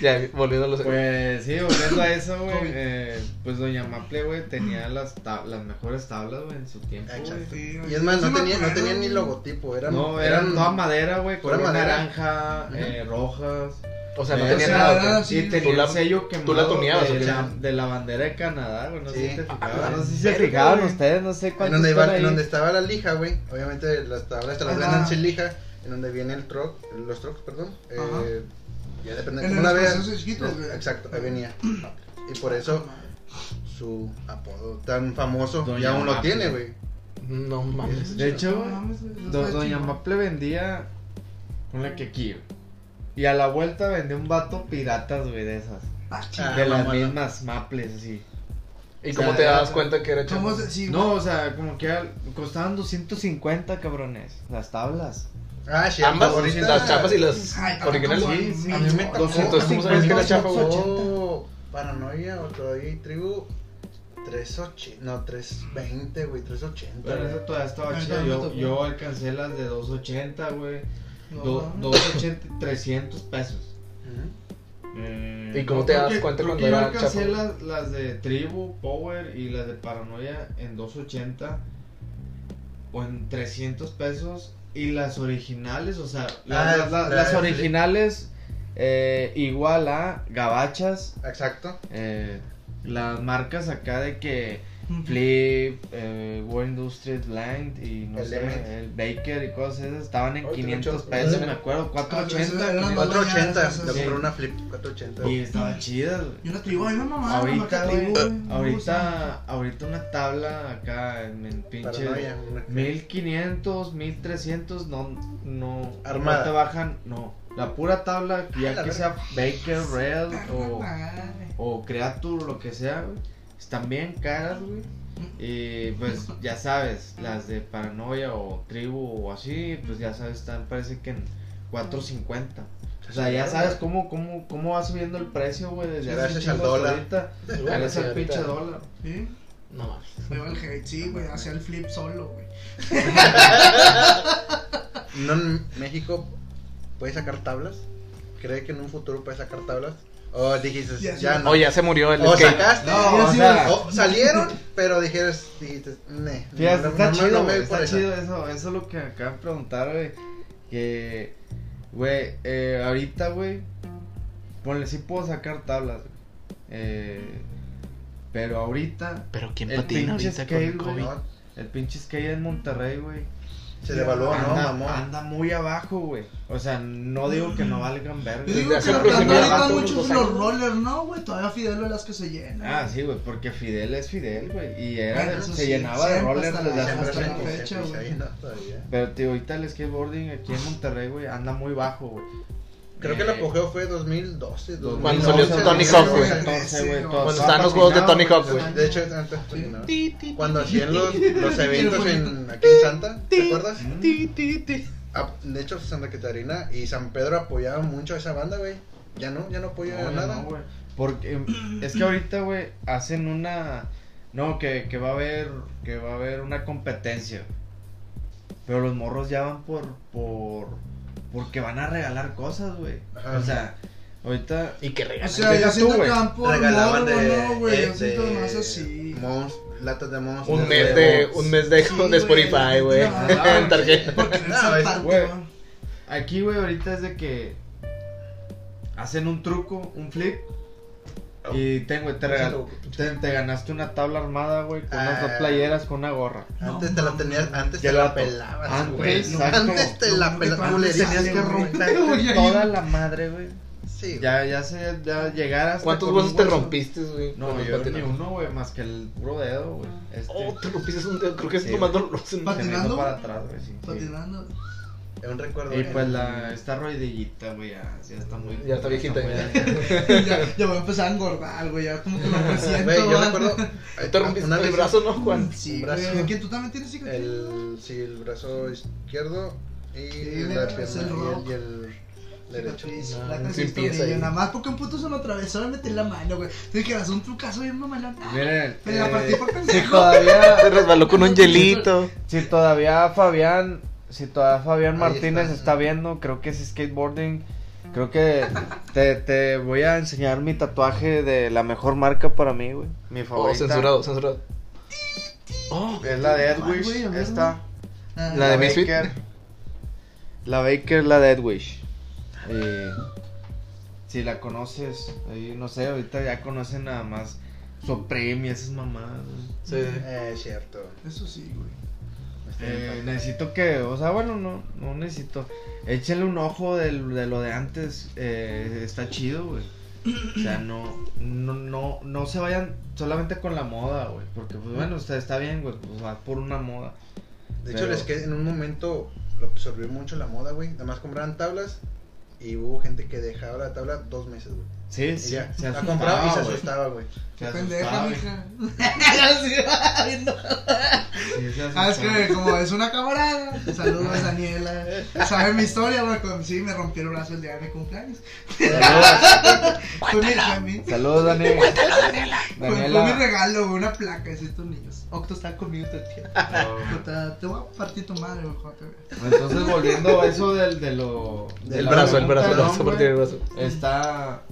Ya, volviendo a los.
Pues sí, volviendo a eso, güey.
Covid.
eh, pues Doña Maple, güey, tenía las, tab- las mejores tablas, güey, en su tiempo.
Ah,
güey.
exacto.
Sí,
Y es más,
sí
no
me
tenía, no
acuerdo,
tenía ni
güey.
logotipo. Eran,
no, eran toda madera, güey,
pura
color
madera.
naranja,
Ujú.
eh, rojas.
O sea, no
Eh,
tenía
o sea,
nada.
nada,
güey.
sí,
y tenía
tú la-
el sello quemado
tú la tuneabas, ¿o
de,
qué?
la, de la bandera de Canadá, güey, no sé
Sí.
si te
Ah,
fijabas. No sé si se
verga,
fijaban
güey.
ustedes, no sé
En
cuántos
donde, iba-
están ahí.
en donde estaba la lija, güey. Obviamente las tablas te las
Ajá.
venden sin lija. En donde viene el truck, los trucks, perdón. Eh, ya depende de
En
cómo la
los
veas.
procesos chiquitos, güey.
Exacto, ahí venía. Y por eso su apodo tan famoso
Doña
ya aún lo
Maple.
tiene, güey.
No mames.
De hecho,
No
güey,
mames, güey, eso
Do-
está
Doña
chingón.
Maple vendía una que aquí, güey. Y a la vuelta vendía un vato piratas, güey, de esas.
Ah, chingón.
Ah,
de las
mamona.
mismas maples, así.
¿Y
O
cómo
sea,
te
era-
dabas cuenta que era
¿Cómo
chamba?
se- sí,
No, o sea, como que al- costaban 250, cabrones, las tablas.
Ah, sí,
Ambas,
ahorita-
las chapas y las
Pues, Ay, cabrón,
originales.
güey,
sí,
A mí me
mil
tocó,
dólares.
205
a mí
es que
me
la chapa,
tocó
güey.
Paranoia o todavía y tribu 380, no, 320, güey, 380.
Pero eso
güey.
todavía estaba
Ay,
chido.
todavía me
Yo,
tocó.
yo alcancé las de 280, güey.
No,
Do-
mames.
280, 300 pesos.
Ujú.
Eh,
¿Y cómo
no,
te
creo
das
que-
cuenta
creo
cuando
que yo
era
alcancé
chapa?
las, las de Tribu, Power y las de Paranoia en 280 o en 300 pesos. Y las originales, o sea, las,
Ah,
las- las-
la
las
de Flip.
originales eh, igual a gabachas,
Exacto.
eh, las marcas acá de que Flip, eh, War Industry Blind y no
Element.
sé, el Baker y cosas esas estaban en
Ahorita
500
mucho-
pesos,
Ujú.
me acuerdo,
Ah,
480.
pero eso era
480,
Sí.
le compré una flip 480.
Y estaban chidas, güey.
Yo no tribu, ay, mi mamá.
Ahorita,
güey.
güey, ahorita, ahorita una tabla acá en, en pinche
Paranoia. una-
1500, 1300, no, no,
Armada.
no te bajan, no, la pura tabla, ya
la
que
verga.
sea Baker, Real o,
Ah,
o Creature, lo que sea, güey, están bien caras, güey, y pues ya sabes, las de Paranoia o Tribu o así, pues ya sabes, están, parece que en 450. O sea, ya sabes cómo, cómo, cómo va subiendo el precio, güey, desde hace
Gracias al
chingo hasta
dólar.
ahorita. Gracias al pinche dólar.
Sí,
No mames.
veo el hate, sí, güey, hacía el flip solo, güey.
No, en México puede sacar tablas. ¿Cree que en un futuro puede sacar tablas? O dijiste,
Ya, sí.
ya no.
Oh, ya se murió el
o
skate.
sacaste.
No,
o sea-
o salieron, pero dijeras, dijiste, ne.
Fíjate,
no,
está
no, no
chido,
me
güey,
voy por
está
esa.
chido eso, eso es lo que me acaban de preguntar, güey, que, güey, eh, ahorita, güey, ponle, sí puedo sacar tablas, güey, eh, pero ahorita,
Pero ¿quién
El
patina
pinche
ahorita con el
skate, güey.
COVID?
No,
el pinche skate en Monterrey, güey,
se devaluó, ¿no,
anda,
mamón?
anda muy abajo, güey, o sea, no digo que no valgan verga,
Yo
Desde
digo que
hace
la
aproximadamente
ahorita
unos
muchos
dos
los
años.
rollers, ¿no, güey? Todavía Fidel Velázquez se llena.
Ah, sí, güey, porque Fidel es Fidel, güey. Y era,
Bueno, eso
se
sí,
llenaba de
siempre
rollers
hasta la-
desde hace
Siempre
hasta
mucho
la
se-
tiempo.
se-
fecha,
se- se-
güey.
ahí no, todavía.
Pero, tío, ahorita el skateboarding aquí en Monterrey, güey, anda muy bajo, güey.
Creo que
Eh,
el apogeo fue 2012,
Cuando
2011.
salió Tony Hawk, güey.
2014, güey, todo
Cuando
estaba
estaban los juegos de Tony
patinado,
Hawk, güey.
De hecho, antes pues, no.
Ti, ti,
cuando
ti,
hacían
ti,
los,
ti,
los
ti,
eventos
ti,
en, aquí en Santa, ¿te acuerdas?
Mm.
ti, ti, ti.
Ah, De hecho, Santa Catarina y San Pedro apoyaban mucho a esa banda, güey. Ya no, ya no
No,
pues,
mm,
apoyan
ya
a nada.
no, güey. Porque eh, es que ahorita, güey, hacen una No, que, que va a haber que va a haber una competencia. Pero los morros ya van por por porque van a regalar cosas, güey.
Ajá.
O sea, ahorita
Y que
O
regalan.
sea,
deja
yo
tú,
siento que
güey.
van por
Regalaban
morbo,
de.
¿no, güey?
eh,
Yo siento
de
más así.
Mons, latas de Mons.
Un
de
mes de,
huevo.
un mes de,
Sí,
de Spotify, güey.
No,
En tarjeta.
Porque
No,
esa
es-
parte,
güey.
¿no?
aquí, güey, ahorita es de que hacen un truco, un flip y te, güey, te, regal- te, te ganaste una tabla armada, güey, con unas dos
Ah.
playeras, con una gorra.
Antes
No,
te la
no,
tenías,
no.
antes
Ya
te
la
la,
to-
pelabas,
Antes,
güey.
no,
Antes te
no,
la
no,
pelabas,
no,
culerísimo,
tenías que
güey.
romper, güey. ahí-
Toda la madre, güey.
Sí, güey.
Ya, ya se, ya llegar hasta
¿Cuántos
con un
huesos te
hueso.
rompiste, güey?
No,
con los
yo ni
patinajes?
uno, güey, más que el puro dedo, güey. Este,
Oh, te rompiste un dedo. Creo que es
Sí,
lo más
güey.
doloroso.
se me
¿patinando?
hizo para atrás, güey, sí.
Patinando.
es un recuerdo.
Y
güey.
pues la, esta rodillita, güey, ya, ya está muy...
Ya está viejita,
muy-
ya, ya voy a empezar a engordar, güey. Ya como que lo presiento.
Güey, yo
¿va?
recuerdo.
Ahí te rompiste
una
el
vez-
brazo, ¿no, Juan?
Sí,
brazo.
güey. ¿Quién tú también tienes cicatriz?
El, sí, el brazo izquierdo y
Sí,
la
güey, es
pierna
el rock.
y el, y el derecho.
Cicatriz,
No,
la
sin pieza
trajiste un niño,
ahí.
Nada más porque un puto se me atravesó de meter la mano, güey. Tú dijeras un trucazo bien mamalón. Ah,
Miren,
Me la
eh,
partí por
si
pendejo.
todavía,
Se resbaló con un hielito.
si todavía Fabián, si todavía Fabián
Ahí
Martínez
está.
está. viendo, creo que es skateboarding, creo que te, te voy a enseñar mi tatuaje de la mejor marca para mí, güey, mi
Oh,
favorita.
censurado, censurado. Oh,
Es la de
Ay,
Edwish,
güey, a ver,
esta.
Ah,
La
¿La
de
Misfit?
Baker. La Baker, la de Edwish. Eh, si la conoces, ahí no sé, ahorita ya conocen nada más Supreme y esas mamadas. güey.
sí.
Eh, es cierto.
Eso sí, güey.
Me estoy
Eh,
impactando.
necesito que, o sea, bueno, no, no necesito. Échenle un ojo del- de, lo de antes, eh, está chido, güey. O sea, no, no, no, no se vayan solamente con la moda, güey. Porque, pues bueno, está, está bien, güey, pues va por una moda.
De hecho,
Pero-
les que en un momento lo absorbió mucho la moda, güey. Nada más compraban tablas y hubo gente que dejaba la tabla dos meses, güey.
Sí,
Y
sí.
ya,
se
la
asustaba,
compraba y se
güey.
asustaba, güey.
Se
Pendeja,
asustaba, güey.
mija. Ya lo sigo viendo.
Sí, se
Ah, es
asustaba.
que como es una camarada, saludos Daniela. Sabe mi historia, güey. Con, sí, me rompió el brazo el día de mi cumpleaños. Fue mi, fue mi-
Saludos, Daniela.
Pues, fue- fue mi
Daniela.
regalo, güey, una placa de estos niños. Octo está conmigo todo el tiempo.
Oh.
Puta, Te voy a partir tu madre, güey. cuando te vea.
Entonces, volviendo a eso del, de lo, de
Del
El
la
brazo, el
pregunta,
brazo, el
¿no,
brazo,
güey?
partir el brazo.
Está.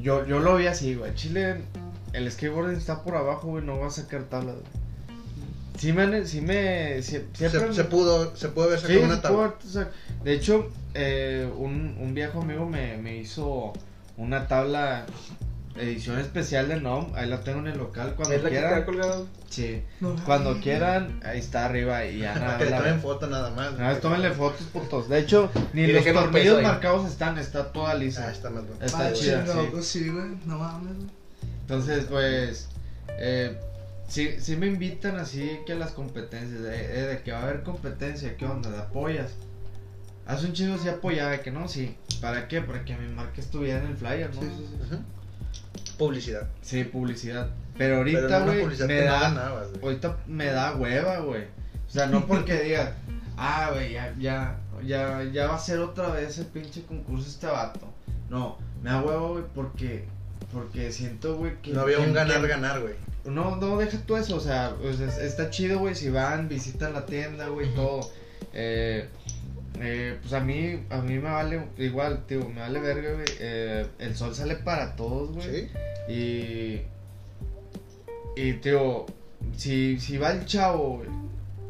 Yo, yo lo vi así, güey. Chile, el skateboarding está por abajo, güey. No va a sacar tablas, güey. Sí, me. han- Sí me sí- siempre
Se,
me-
se pudo, se pudo haber
Sí,
sacado
sí
una tabla.
puedo, o sea, de hecho, eh, un, un viejo amigo me, me hizo una tabla edición especial de NOM. Ahí la tengo en el local cuando
Es la que está
quieran.
colgada.
Sí.
No,
Cuando
ay,
quieran, ahí está arriba y ya nada.
Que le
la-
tomen foto nada más.
Nada más
güey. Ah,
tómenle fotos, putos. De hecho, ni
Y
los
déjenos
tornillos
peso ahí.
marcados están, está toda
Ah,
lisa.
está más bueno.
Está
ah,
chida,
chingado,
sí.
pues sí, güey. No mames, güey.
Entonces, pues, eh, sí, sí me invitan así que a las competencias, de, eh, de que va a haber competencia, ¿qué onda? ¿Te apoyas? Hace un chingo sí apoyaba, que no, sí. ¿Para qué? Para que mi marca estuviera en el flyer, ¿no?
Sí, sí, sí.
Ujú. Publicidad.
Sí, publicidad. Pero
Pero no
ahorita,
una
güey,
publicidad
me
que no
da... pues,
ganabas, güey.
Ahorita me da hueva, güey. O sea, no porque diga, ah, güey, ya, ya, ya, ya va a ser otra vez el pinche concurso este vato. No, me da hueva, güey, porque, porque siento, güey, que...
No había
que-
un
que-
ganar-ganar, güey.
No, no, deja tú eso, o sea, pues, es- está chido, güey, si van, visitan la tienda, güey, todo. Eh, eh, pues a mí, a mí me vale, igual, tío, me vale verga, güey. eh, el sol sale para todos, güey.
Sí.
Y. Y, tío, si, si va el chavo, güey,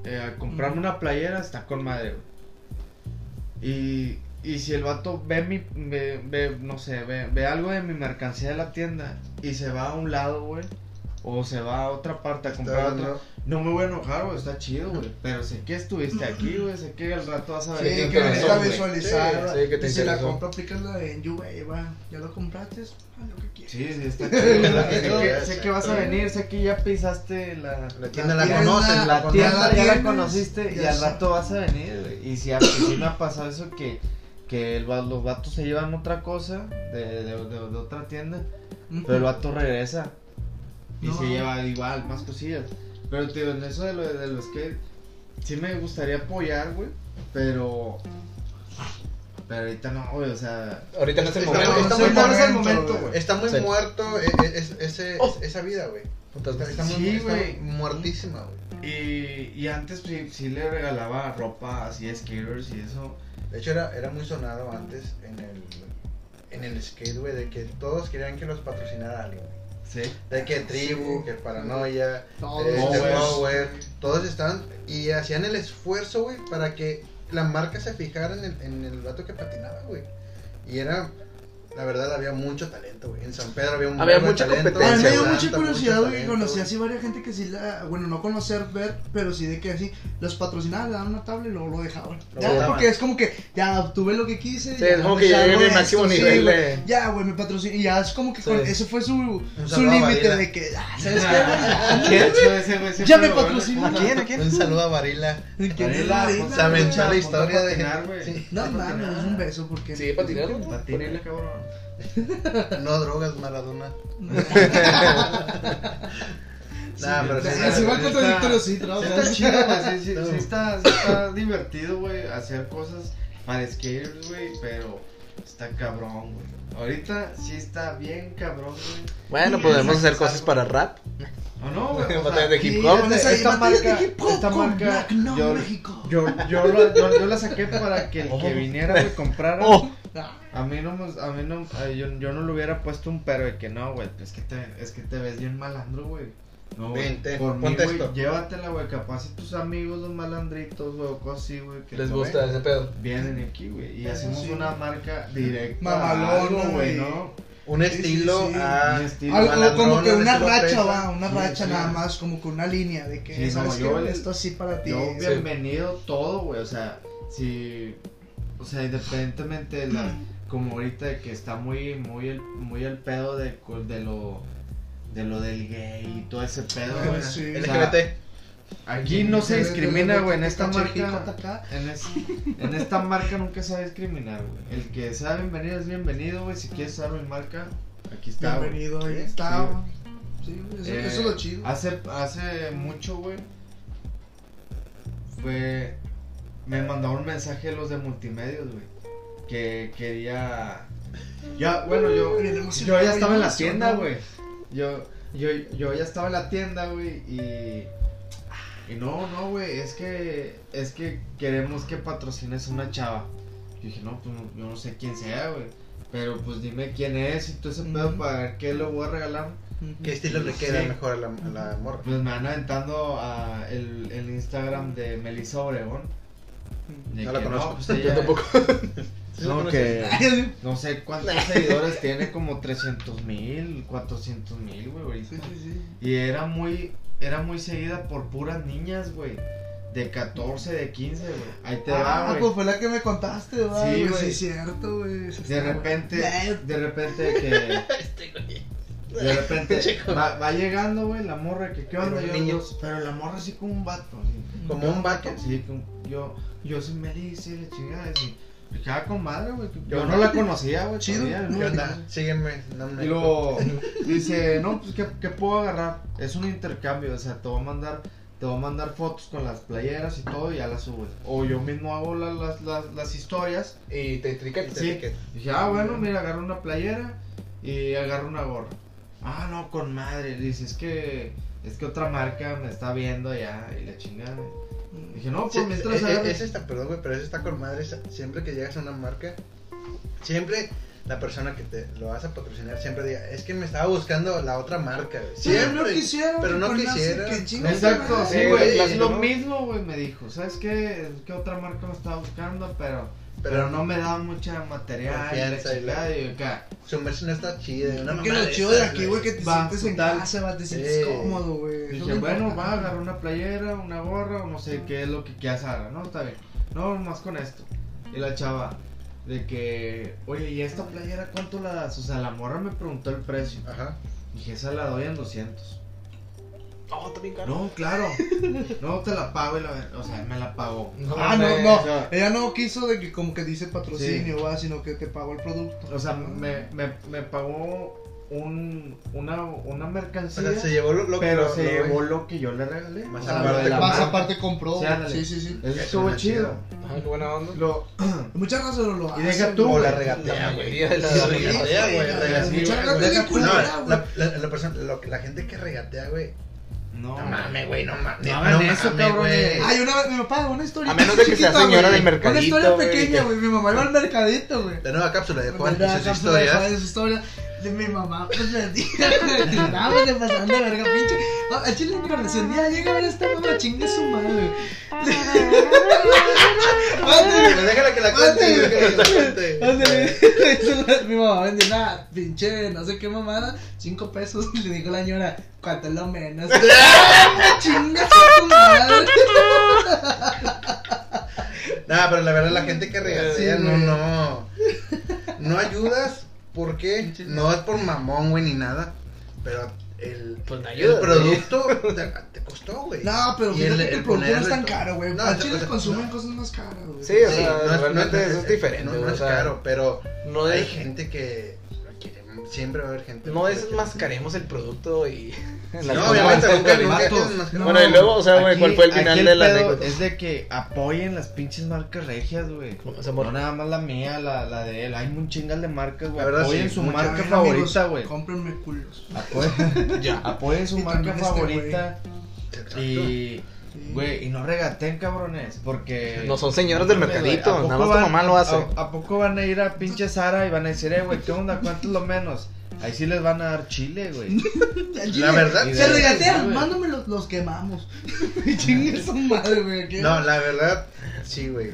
eh, a comprarme una playera, está con madre, güey. Y, y si el vato ve mi. Ve, ve, no sé, ve, ve algo de mi mercancía de la tienda y se va a un lado, güey. O se va a otra parte a comprar
Está-
otra. No me voy a enojar, güey, está chido, güey. Pero sé que estuviste aquí, güey. Sé que al rato vas a
Sí,
ver.
te
que
interesó,
necesita
güey.
visualizar.
Sí, sí, que te
y si la
interesó.
compra, aplicas la de en Juve, va. Ya lo compraste, haz lo que quieras.
Sí, sí, está chido. güey. sé, que, sé que vas a
Exacto.
venir, sé que ya pisaste la,
La tienda
La
la,
tienda-
conocen, la
La
conocen.
Cuando ya
tienda ya la
tienes,
conociste y
ya
al
sabes.
rato vas a venir, güey. Y si a mí sí me ha pasado eso que, que el va- los vatos se llevan otra cosa de, de- de- de otra tienda, pero el vato regresa y
No.
se lleva igual, más cosillas. Pero te digo, en eso de, lo, de los que sí me gustaría apoyar, güey, pero. Pero ahorita no, güey, o sea.
Ahorita no es el
Está-
momento.
está muy
bueno
es el
momento,
momento,
güey.
güey.
Está muy
Sí.
muerto eh, eh, es- ese-
Oh.
esa vida, güey. Puta, está
Sí,
muy está
güey.
muertísima, güey.
Y, y antes sí, sí le regalaba ropa así, skaters y eso.
De hecho, era, era muy sonado antes en el, en el skate, güey, de que todos querían que los patrocinara alguien. güey.
Sí.
De que Tribu,
Sí.
que Paranoia,
Todos.
este,
Power.
Power, todos estaban y hacían el esfuerzo, güey, para que la marca se fijara en el, en el vato que patinaba, güey. Y era, la verdad, había mucho talento, güey. En San Pedro había un
Había
buen de
mucha
talento,
competencia.
A mí me dio
tanta,
mucha
mucho
curiosidad, güey, que
talento,
conocí
güey.
así varias gente que sí la, bueno, no conocer, ver, pero sí de que así, los patrocinaba, le daban una tabla y luego lo dejaban.
Lo
ya,
botaban.
porque es como que ya obtuve lo que quise. pues
Sí, es como que ya
salgo
llegué a mi
de
máximo
sí,
nivel
güey.
de-
Ya, güey, me patrocinó y ya es como que
Sí.
con, ese fue su, su
salvador,
límite
Varela.
de que, ah, ¿sabes qué, güey?
De hecho, ese güey siempre
Ya me
lo van a-
patrocinó.
¿A quién? ¿A quién?
Un saludo a Varila.
De que,
Varela,
Varela,
ponte
Se me
güey.
echó la
ponte a
historia de-
patinar, güey.
Sí.
No
Ponte a
mames,
patinar.
un beso porque.
Sí, patinar, ¿no?
Patina, cabrón.
No drogas, Maradona. Nah, pero sí,
Se
sí,
va
sí
contradictorio,
está-
sí, trabajo.
Sí está chido, güey, sí, sí,
No.
sí está, sí está divertido, güey, hacer cosas para skaters, güey, pero está cabrón, güey. Ahorita sí está bien cabrón, güey.
Bueno,
Sí,
podemos
sí,
hacer
sí,
cosas
sí.
para rap.
¿O no, güey? O sea,
Batallas de
Sí,
hip hop.
andas ahí,
eh, Esta
batallas de
marca-
hip hop
esta
con
marca,
Black Note,
yo-
México.
yo, yo, la, yo, yo la saqué para que el que viniera, güey, comprara.
Oh,
Ah,
A mí no, me- a mí no, a- yo, yo no le hubiera puesto un pero de que no, güey, es que te, es que te ves bien malandro, güey. No, güey,
Vente,
por mí,
ponte
güey,
esto.
llévatela, güey, capaz si tus amigos, los malandritos, güey, o cosas así, güey, que
les
no
gusta ese pedo.
ven, vienen aquí, güey, y hacemos
Sí.
una marca directa.
Mamalona,
a algo,
güey.
güey, ¿no?
Un
Sí, sí,
estilo
sí.
a...
Un estilo.
algo
malandrón,
como que
un
una
estilo
racha,
fresa.
va, una
Sí,
racha
sí.
nada más, como que una línea de que,
Sí, no,
¿sabes qué?
yo el-
Esto así para ti.
Yo,
Sí.
bienvenido todo, güey, o sea, si, o sea, independientemente de la, como ahorita de que está muy, muy, el, muy el pedo de, co- de lo, de lo del gay y todo ese pedo,
Ah,
güey.
sí.
O sea,
LGBT.
aquí no se discrimina, güey, en esta
Chiquita
marca,
acá.
en, es- en esta marca nunca se va a discriminar, güey. El que sea bienvenido es bienvenido, güey, si quieres usar mi marca, aquí está, güey.
Bienvenido, ahí
Sí,
está,
sí,
va. Sí, güey, eso,
Eh,
eso es lo chido.
Hace, hace mucho, güey. Fue. Me mandaron un mensaje los de multimedios, güey. Que quería. Ya, bueno, yo.
Bien
Yo
emocionado,
ya estaba en
bien
la tienda,
emocionado.
güey. Yo, yo, yo ya estaba en la tienda, güey. Y. Y no, no, güey. Es que. Es que queremos que patrocines una chava. Yo dije, no, pues no- yo no sé quién sea, güey. Pero pues dime quién es y todo ese pedo
Ujú.
para ver qué le voy a regalar.
Ujú.
este-
¿Qué estilo le queda
Sí.
mejor a la, a la morra?
Pues me van aventando a el, el Instagram de Melissa Obregón. De
No la
que
conozco.
pues ella-
Yo tampoco.
¿Sí lo
No,
conoces?
que
Ay,
no sé cuántos seguidores tiene, como 300 mil, 400 mil, güey. ahorita.
Sí, sí, sí.
Y era muy, era muy seguida por puras niñas, güey. De 14, de 15, güey. Ahí te
ah,
va,
pues
güey.
fue la que me contaste, va,
Sí,
güey.
güey.
Sí, es cierto, güey.
pues,
Eso
De
está, güey.
repente,
Eh,
de repente que...
Este,
De repente va, va llegando, güey, la morra que qué onda,
Pero
yo,
niño.
pero la morra así como un vato, así.
Como un vato.
Sí, como- yo, yo soy Melissa y la chingada. así. Me quedaba con madre, güey. Yo
Yo
no la conocía, güey.
Chido,
todavía,
¿no?
¿Qué
güey.
onda? Sígueme. No me
Y luego dice, no, pues, ¿qué, qué puedo agarrar? Es un intercambio, o sea, te voy a mandar, te voy a mandar fotos con las playeras y todo y ya las subes. O yo mismo hago la- las, las, las historias.
Y te etiquetas.
Sí. Dije, ah, bueno, mira, agarro una playera y agarro una gorra. Ah, no, con madre. Dice, es que, es que otra marca me está viendo ya y la chingada. Dije, no, pues
Sí,
mientras
e- e-
agarro-
ese está, perdón, güey, pero ese está con madre. esa- Siempre que llegas a una marca, siempre la persona que te lo vas a patrocinar siempre diga, es que me estaba buscando la otra marca, güey".
Pero no
Siempre.
quisieron.
pero no
con la-
quisieron.
que chingue su
Exacto,
madre.
sí,
Sí,
güey.
güey,
Es lo
¿no?
mismo, güey, me dijo. ¿Sabes qué? ¿Qué otra marca me estaba buscando? Pero, pero no me daba mucha material.
Confianza
y
y
la chingada,
la-
y acá.
Su merch no está chida. una
Que
mamada
lo
de
chido de
esas,
aquí, güey, que te
Va,
sientes en
total.
casa, va, te sientes
Sí.
cómodo, güey. Eso
Dije,
es lo
bueno, va,
importante.
agarrar una playera, una gorra, o no sé qué es lo que quieras agarrar. No, está bien. No, más con esto. Y la chava, de que, oye, ¿y esta playera cuánto la das? O sea, la morra me preguntó el precio.
Ajá.
Dije, esa la doy en 200.
No, Oh, está bien caro.
No, claro. No, te la pago y la ver. O sea, me la pagó.
Ah, no, no.
O sea,
Ella no quiso de que como que dice patrocinio, va, sino que te pagó el producto.
O sea, me, me, me pagó un, una, una mercancía,
se llevó lo, lo
pero
lo-
se
lo-
llevó lo que yo le regalé.
Más
o sea,
aparte
lo de la
Más
marca.
aparte compró.
Sí, ándale.
Sí, sí, sí.
Eso
Eso
estuvo
está
chido.
Ajá, qué buena onda.
Lo,
Muchas razas no lo
Y
hacen.
deja tú,
O
güey.
la
La
regatea, güey.
mayoría de las-
La regatea,
Sí,
güey.
güey,
regatea,
sí,
mucha
güey.
raza
Deja
bien
tú, no,
culera,
la,
güey.
la, la, la persona, lo que- la gente que regatea, güey.
no,
No mames, güey, no mames.
No hagan eso, cabrones.
Ay, una vez, mi papá, una historia.
A menos de que
chiquita,
sea señora
güey.
del mercadito,
Una historia
güey,
pequeña,
que-
güey. Mi mamá iba al mercadito, güey.
La nueva cápsula de Juan y
Mandaba
sus
cápsulas de
historias.
Juan y sus historias. De mi mamá, pues me decía, güey, "No, güey, te pasaron de verga, pinche. Ah, A Chile, mi relación, mira, llega a ver esta mamá, chingue su madre, güey. Ándale,
Pero Déjala que la cuente.
Ándale,
déjala que la cuente.
ándale. Eso la- Mi mamá vendió una pinche, no sé qué mamada, cinco pesos. Le dijo la señora, cuánto es lo menos. Chinga su madre.
Nah, pero la verdad, la gente que regatea,
Sí,
no,
güey.
no. No ayudas, ¿por qué? No es por mamón, güey, ni nada. Pero el,
Pues no
el
ayuda, güey.
producto te, te costó, güey.
No, pero
Y
fíjate
el-
que el
el
producto no es
ponerle
tan
to-
caro, güey.
No,
A
no,
Chile
o sea,
consumen
no.
cosas más caras, güey.
Sí, o
Sí,
sea, realmente eso es diferente.
No,
güey,
no
o
es
sea,
caro, pero
No
hay
es,
gente que lo quiere, siempre va a haber gente.
no
que lo quiere.
desmascaremos el producto y. la
No,
cosa.
obviamente, nunca, nunca
Vatos.
quieres desmascarar.
Bueno, y luego, o sea, güey, ¿cuál
Aquí-
fue el
aquí
final de la
pedo
anécdota?
Es de que apoyen las pinches marcas regias, güey.
O sea,
No
mor-
nada más la mía, la, la de él. Hay un chingal de marcas, güey.
La verdad,
Apoyen
sí,
su
muchas.
marca
También,
favorita,
amigos,
güey.
Cómprenme culos.
Apoyen,
Ya.
apoyen su
Y
marca
también este,
favorita.
Exacto.
y,
Sí.
güey, y no regateen, cabrones. Porque.
No son señoras del
Güey, ¿a
mercadito.
poco
Nada más tu
van-
mamá lo hace.
A, a poco van a ir a pinche Sara y van a decir, eh, güey, ¿qué onda? ¿Cuánto es lo menos? Ahí sí les van a dar chile, güey.
Al chile,
La verdad,
Y
Se
de-
regatean,
güey.
mándame los, los quemamos. Y chingue su madre, güey. ¿qué? Eh,
No, la verdad, sí, güey.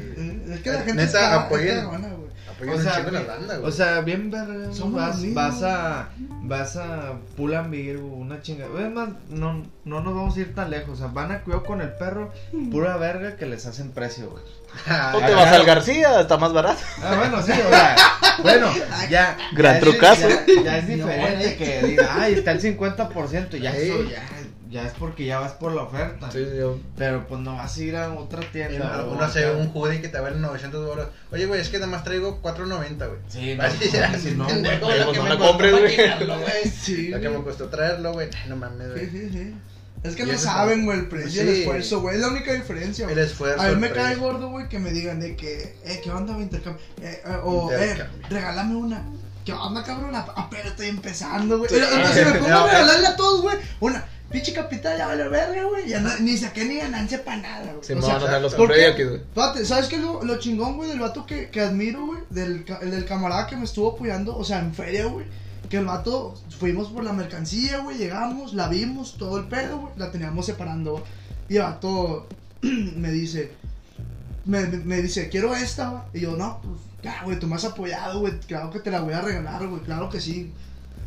Es que la gente
Neta,
está,
apoyen.
está cagona, güey.
Apoyan un chingo la
güey,
banda, güey.
o sea, bien verga,
Somos los
vas,
mismos.
vas a vas a Pull and Bear, güey, una chingada. Es más, no, no nos vamos a ir tan lejos, o sea, van a cuidado con el perro, pura verga que les hacen precio, güey.
O
Ay,
te vas al García, está más barato.
Ah, bueno, sí, o sea, bueno, ya
Gran
ya es-
trucazo.
Ya, ya es
No,
diferente
eh.
que diga, ay, está el 50%, ya
Sí.
eso ya ya es porque ya vas por la oferta. Pero pues no vas a ir a otra tienda.
no,
o
no sé,
acá.
un hoodie que te vale 900 dólares. Oye, güey, es que nada más traigo 4.90, güey.
Sí, no,
Así
no,
ya,
sí, no, güey.
pendejo,
güey,
lo
pues
que
no
me
la
costó
compres, güey.
maquinarlo, güey.
Sí,
Lo que me
güey.
costó traerlo, güey. No mames,
sí,
güey.
sí, sí. Es que
Y
no
eso
saben,
está-
güey, el precio y el
pues Sí.
esfuerzo, güey. Es la única diferencia,
El
güey.
esfuerzo.
A mí
el
me cae
precio.
gordo, güey, que me digan de que, eh, ¿qué onda, güey? Intercambio. Eh, eh, o, eh,
Intercambio.
regálame una. ¿Qué onda, cabrón? Ah, pero estoy empezando, güey.
Sí.
Entonces Si me pongo
No,
a
pero-
regalarle a todos, güey, una pinche capital ya vale verga, güey. Ya no, ni saqué ni ganancia para nada, güey.
Se
O
me
sea,
van a dar los
¿por qué?
compré aquí, güey.
Fíjate, ¿sabes qué? es Lo, lo chingón, güey, del vato que, que admiro, güey, del, ca- el del camarada que me estuvo apoyando, o sea, en feria, güey. Que el vato, fuimos por la mercancía, güey, llegamos, la vimos, todo el pedo, güey, la teníamos separando. güey. Y el vato me dice, me, me- me dice, quiero esta, güey. Y yo, no, pues, ya, güey, tú me has apoyado, güey, claro que te la voy a regalar, güey, claro que sí.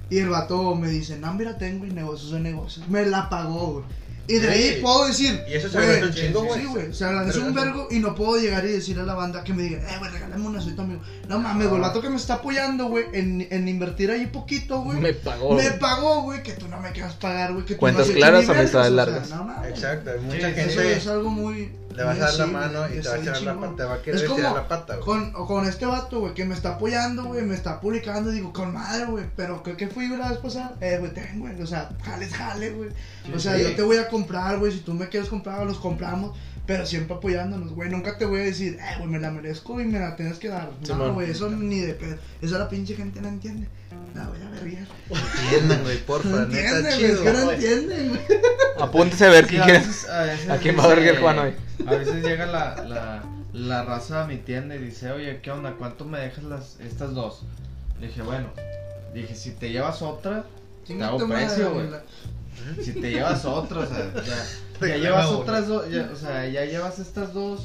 Y el vato me dice, no, mira, tengo, y negocios de negocios. Me la pagó, güey. Y de ahí
Sí.
puedo decir,
Y eso se
güey,
agradece un chingo, güey.
Sí, güey, o sea, es un vergo y no puedo llegar y decirle a la banda que me digan, eh, güey, regálame una soy tu amigo. No mames, güey, el vato que me está apoyando, güey, en, en invertir ahí poquito, güey.
Me
Me,
pagó. güey.
pagó, güey, que tú no me quieras pagar, güey. que tú
Cuentas
no has
claras,
hecho ni vergas,
amistades
o sea,
largas.
no mames.
Exacto, hay mucha
Sí,
Eso
gente
es algo muy.
le vas a
muy
dar la
así,
mano
güey,
y te
está
va a
bien
tirar la
chingón.
pata, te va a
Es
querer
como-
tirar la pata, güey.
Con, o con este vato, güey, que me está apoyando, güey, me está publicando, digo, con madre, güey, pero ¿qué, qué fui la vez pasada? Eh, güey, ten, güey, o sea, jale, jale, güey. O sea,
sí.
yo te voy a comprar, güey, si tú me quieres comprar, los compramos, pero siempre apoyándonos, güey, nunca te voy a decir, eh, güey, me la merezco y me la tienes que dar. no,
Simón.
güey, eso ni de pedo. Esa la pinche gente no entiende. La voy a ver
Entiendan, güey,
No
porfa, neta,
entienden, güey, es
chido.
que no
güey.
entienden, güey.
Apúntese a ver
Sí,
qué
a
quieren.
veces- a veces
¿A quién va a
dice-
verguer Juan hoy?
A veces llega la, la, la raza a mi tienda y dice, oye, ¿qué onda? ¿Cuánto me dejas las, estas dos? Le dije, bueno, dije, si te llevas otra, te
Chinga
hago
tu madre,
precio, güey.
la-
Si te llevas otra, o sea, ya, ya
Reclama,
llevas
güey.
otras dos, ya- o sea, ya llevas estas dos,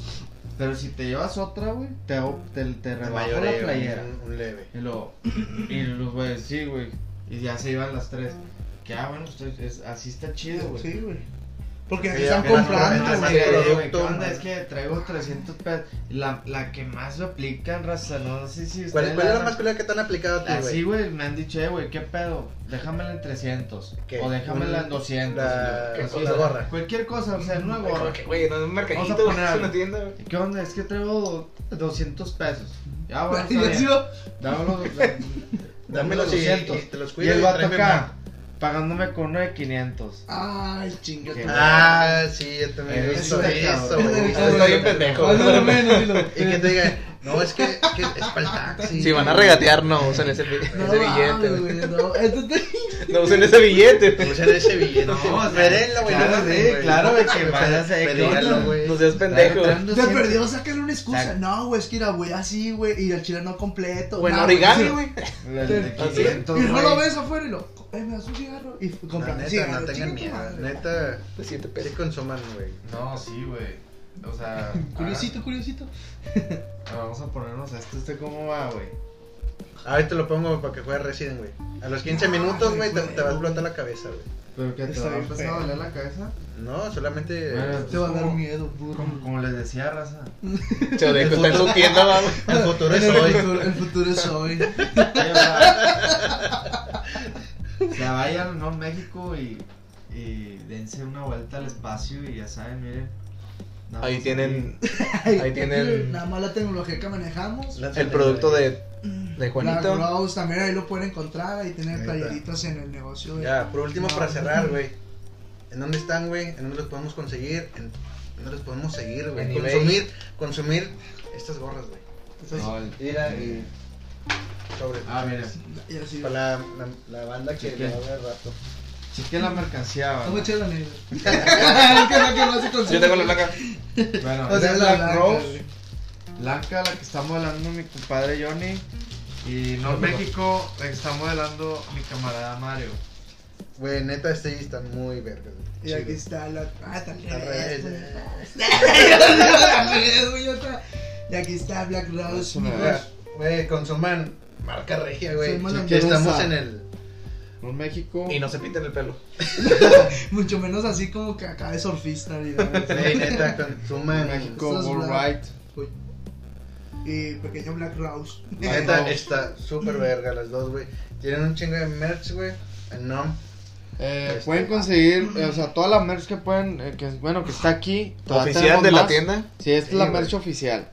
pero si te llevas otra, güey, te, hago- te, te
Te
rebajo
mayoreo,
la playera.
un- Un leve.
Y lo, y los güeyes, sí, güey, y ya se iban las tres. Que, ah, bueno, pues, es- así está chido, güey.
Sí, güey. Porque
Sí,
te están
ya que no
comprando,
entra
Además,
más
güey.
que,
producto,
güey, ¿qué onda?
más.
Es que traigo 300 pesos. La, la que más lo aplican, raza. No sé si.
¿Cuál
ustedes
cuál es la
han-
más culera que te han aplicado a ti,
Así,
güey?
güey, me han dicho, eh, güey, ¿qué pedo? Déjamela en 300.
¿Qué?
O déjamela en
Un-
200.
la-
o sea,
con la gorra.
Cualquier cosa, o sea, una gorra.
Porque, Güey, no es un mercadito,
Vamos a
güey,
poner
es
algo.
una tienda, güey.
¿Qué onda? Es que traigo 200 pesos. Ya, bueno,
Y
está
yo
bien.
sigo,
Dame los- dame-
Dámelos y,
200.
y te los
Y
cuido.
el vato
tráeme
acá, pagándome con uno de 500.
Ay, chingue tu
¿Qué?
madre.
Ah, sí, yo también
Eh,
he
Eso
visto
está
eso,
cabrón.
güey.
Está bien pendejo.
Más o menos, dilo.
Y que te diga, no, es que, es que es para el taxi.
más. Si van a regatear, no usen ese, pi-
No,
ese billete.
mames,
güey.
güey, no. Entonces,
No usen ese billete. güey.
Usen ese billete.
No,
Merenla, güey.
claro,
no mames,
sí,
güey.
claro, güey, que
Pe-
vayas a-
pedíalo, güey.
No seas pendejo.
te
Siempre-
perdió, sácale una excusa.
Sac-
No, güey, es que era, güey, así, güey. Y el chile no completo.
O en
nada,
origami,
sí.
güey.
Las de
Así.
500,
¿Ah, Y no lo
güey.
ves afuera y lo. Eh, me das un cigarro. Y
No,
compras un
neta,
cigarro.
no tengan
chinga tu
miedo.
madre.
Neta,
De siete
sí
pesos.
consuman, güey.
No, sí, güey. O sea,
Curiosito, curiosito.
ah, vamos a ponernos a esto. ¿Este cómo va, güey?
Ahorita lo pongo para que juegue Resident, güey. A los 15
Ah,
minutos, güey, te,
güey.
te va a explotar la cabeza, güey.
¿Pero que te
Está
va a
bien
empezar a
feo.
doler la cabeza?
No, solamente.
Bueno,
Te va a dar
¿Cómo?
miedo, burro.
Como, como les decía, raza.
Se dejo, está en su tienda, va, güey.
El futuro es
En el
hoy.
futuro- El futuro es hoy.
Ahí va. Se vayan, ¿no? México y, y dense una vuelta al espacio y ya saben, miren. Nada
Ahí
más
tienen Ahí tienen-
Nada más la tecnología que manejamos.
La-
el producto de, de
La
Juanito.
Rose también ahí lo pueden encontrar. Ahí tienen
Ahí está.
playeritas en el negocio. de-
Ya, por último,
No.
para cerrar, güey. ¿En dónde están, güey? ¿En dónde los podemos conseguir? ¿En en dónde los podemos seguir, güey?
En eBay.
Consumir, consumir estas gorras, güey.
Entonces, eh.
No, el-
Mira, y- Sobre.
Ah, miren.
y así.
Para la, la, la banda que
Sí,
le
sí.
va a ver rato.
Chequen la mercancía, va.
Está muy chido la negra. Es que no, que no se consigue.
Yo tengo la blanca.
Bueno,
O sea,
esa es
la
la
blanca,
Rose.
güey.
Blanca, la que está modelando mi compadre Johnny. Y Nor México, la que está modelando mi camarada Mario.
Güey, neta, sí, están muy vergas, güey.
Y aquí
Chido.
está la. Ah, también.
Al revés,
güey.
eh.
Al revés, güey, otra. Y aquí está Black Rose.
Eso me
mi
da.
Rose.
Güey, consuman marca regia, güey.
Consuman
Que
la
estamos
merluza.
en el.
Nor México.
Y no se pinten el pelo.
Mucho menos así como que acá de surfista. ni
Güey,
nada.
neta,
Nor
consuman.
México,
Eso es
World
blanco.
Right.
Y pequeño Black Rose.
Neta,
Ay, no.
está súper verga las dos, güey. Tienen un chingo de merch, güey. En NOM.
Eh,
Este.
Pueden conseguir, eh, o sea, toda la merch que pueden, eh, que, bueno, que está aquí. todavía
Oficial
tenemos
de la
más.
tienda.
Sí, esta
Sí,
es la
güey.
merch oficial.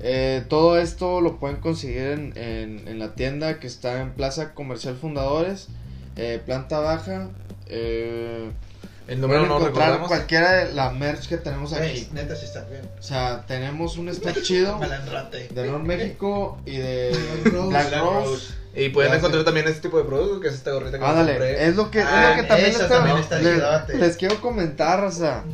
Eh, todo esto lo pueden conseguir en, en, en la tienda que está en Plaza Comercial Fundadores, eh, planta baja. Eh,
El número
pueden
no lo
encontrar
recordamos.
cualquiera de la merch que tenemos
Güey,
aquí.
neta, sí está bien.
O sea, tenemos un stock chido
Malandrate.
de Nor México y de
Black Rose.
Black
Black
Rose.
Y pueden
Ya,
encontrar
sí.
también este tipo de productos, que es esta gorrita que
Ándale,
compré.
es lo que, es
Ah,
lo que también,
esa
les-
también está
les-
chidote.
les quiero comentar, raza,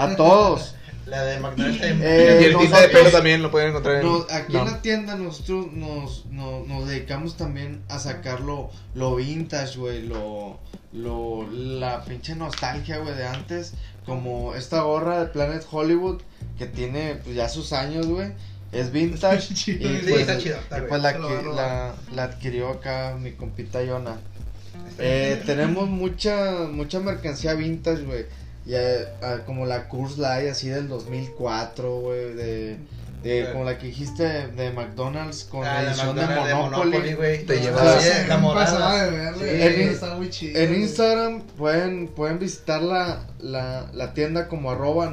a todos.
La de McDonald's. está bien.
Eh,
y el tinte de
nosotros-
pelo también lo pueden encontrar en...
No, aquí
no.
en la tienda nosotros nos, nos, nos dedicamos también a sacar lo, lo vintage, güey, lo, lo, la pinche nostalgia, güey, de antes, como esta gorra de Planet Hollywood que tiene pues, ya sus años, güey, es vintage.
Está chido,
y,
Sí,
pues,
está chido, está
y,
güey.
pues, la,
Te lo
que-
voy a
la,
robar.
la adquirió acá mi compita Yona. Eh, tenemos mucha mucha mercancía vintage, güey. Ya, ah, como la Curse Light así del 2004, güey, de, de
Sí.
como la que dijiste de McDonald's con
Ah,
la
la
edición de
McDonald's de
Monopoly.
güey.
Te
Ah,
llevas-
sí,
Está
la morada.
pasada de verga,
Sí.
güey,
En-
está muy chido,
En
güey.
Instagram pueden pueden visitar la, la, la tienda como arroba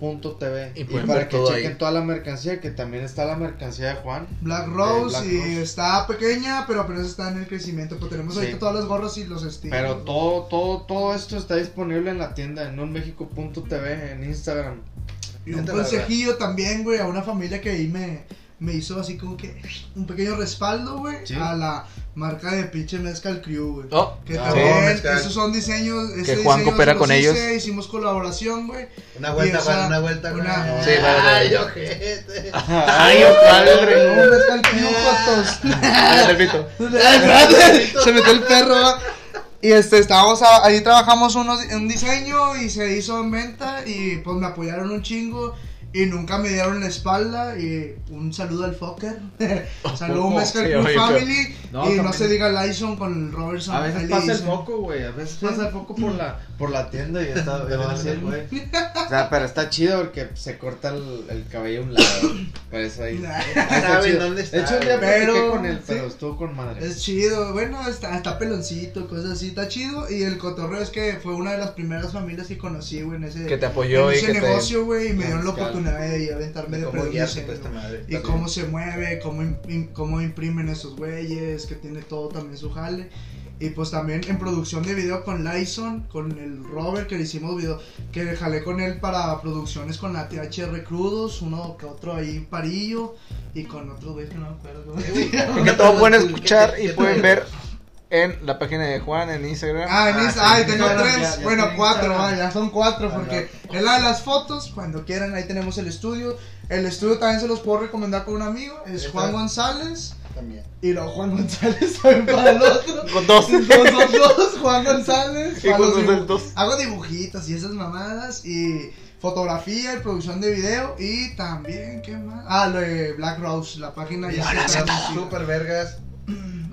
nonmexico.tv
Y
y,
pueden ver
para que
todo
chequen
ahí.
toda la mercancía, que también está la mercancía de Juan.
Black Rose
Black
y
Rose.
está pequeña, pero apenas está en el crecimiento. Pues tenemos
Sí.
ahorita todas las gorras y los estilos.
Pero todo, todo, todo esto está disponible en la tienda de nonmexico.tv en Instagram.
Y un
Neta, la
consejillo también, güey, a una familia que ahí me, me hizo así como que un pequeño respaldo, güey,
Sí.
a la marca de pinche Mezcal Crew, güey.
Oh,
Que
Ah,
también,
sí. Mezcal.
esos son diseños. este
Que Juan
diseño
coopera
los
con
hice,
ellos.
Hicimos colaboración, güey.
Una vuelta,
Y esa-
güey, una vuelta, güey.
una-
Sí, la verdad.
Ay, ojete.
¡Ay, padre!
Un Mezcal Crew, fotos.
Ah, repito.
se metió el perro. ¿va? Y este, estábamos a- ahí trabajamos unos- un diseño y se hizo en venta y pues me apoyaron un chingo y nunca me dieron la espalda y un saludo al Fokker. saludo
Oh,
a Mezcal
sí,
Crew
oye,
Family
No,
y no
también-
se diga Lyson con el Robertson.
A veces
ahí le
pasa el
dicen.
foco, güey. A veces pasa el foco por la, por la tienda y está.
Te va a hacer,
güey. O sea, pero está chido porque se corta el, el cabello a un lado. Por eso ahí.
Nah,
Está
saben
chido.
dónde está,
De hecho, un día
pero-
platiqué con él, pero
sí.
estuvo con madre.
Es chido, bueno, está, está peloncito, cosas así, está chido. Y el cotorreo es que fue una de las primeras familias que conocí, güey, en ese,
Que te apoyó
en
y
ese
que te...
negocio, güey, y me dieron la
Mezcal.
vacunarme y aventarme de
cómo guiarse
preguntas.
pues,
por esta madre.
Y cómo se mueve, cómo, im- cómo imprimen esos güeyes, que tiene todo también su jale. Y pues también en producción de video con Lyson, con el Robert que le hicimos video, que jalé con él para producciones con la THR Crudos, uno que otro ahí Parillo y con otro güey que no me acuerdo.
Que todos pueden escuchar y pueden ver en la página de Juan en Instagram.
Ah, en
Ah,
Insta- ay,
sí,
tengo
Instagram,
tres.
ya- ya
bueno,
tiene
cuatro,
Instagram.
vaya, son cuatro, porque es la de las fotos. Cuando quieran, ahí tenemos el estudio. El estudio también se los puedo recomendar con un amigo. Es
Está.
Juan González.
También.
Y luego Juan González también para el otro.
Con dos.
Los dos, dos, Juan González.
Y
Juan
con
los dibu-
dos, dos.
Hago dibujitos y esas mamadas. Y fotografía y producción de video. Y también, ¿qué más? Ah, lo de Black Rose, la página. ya está transmitida.
Super vergas.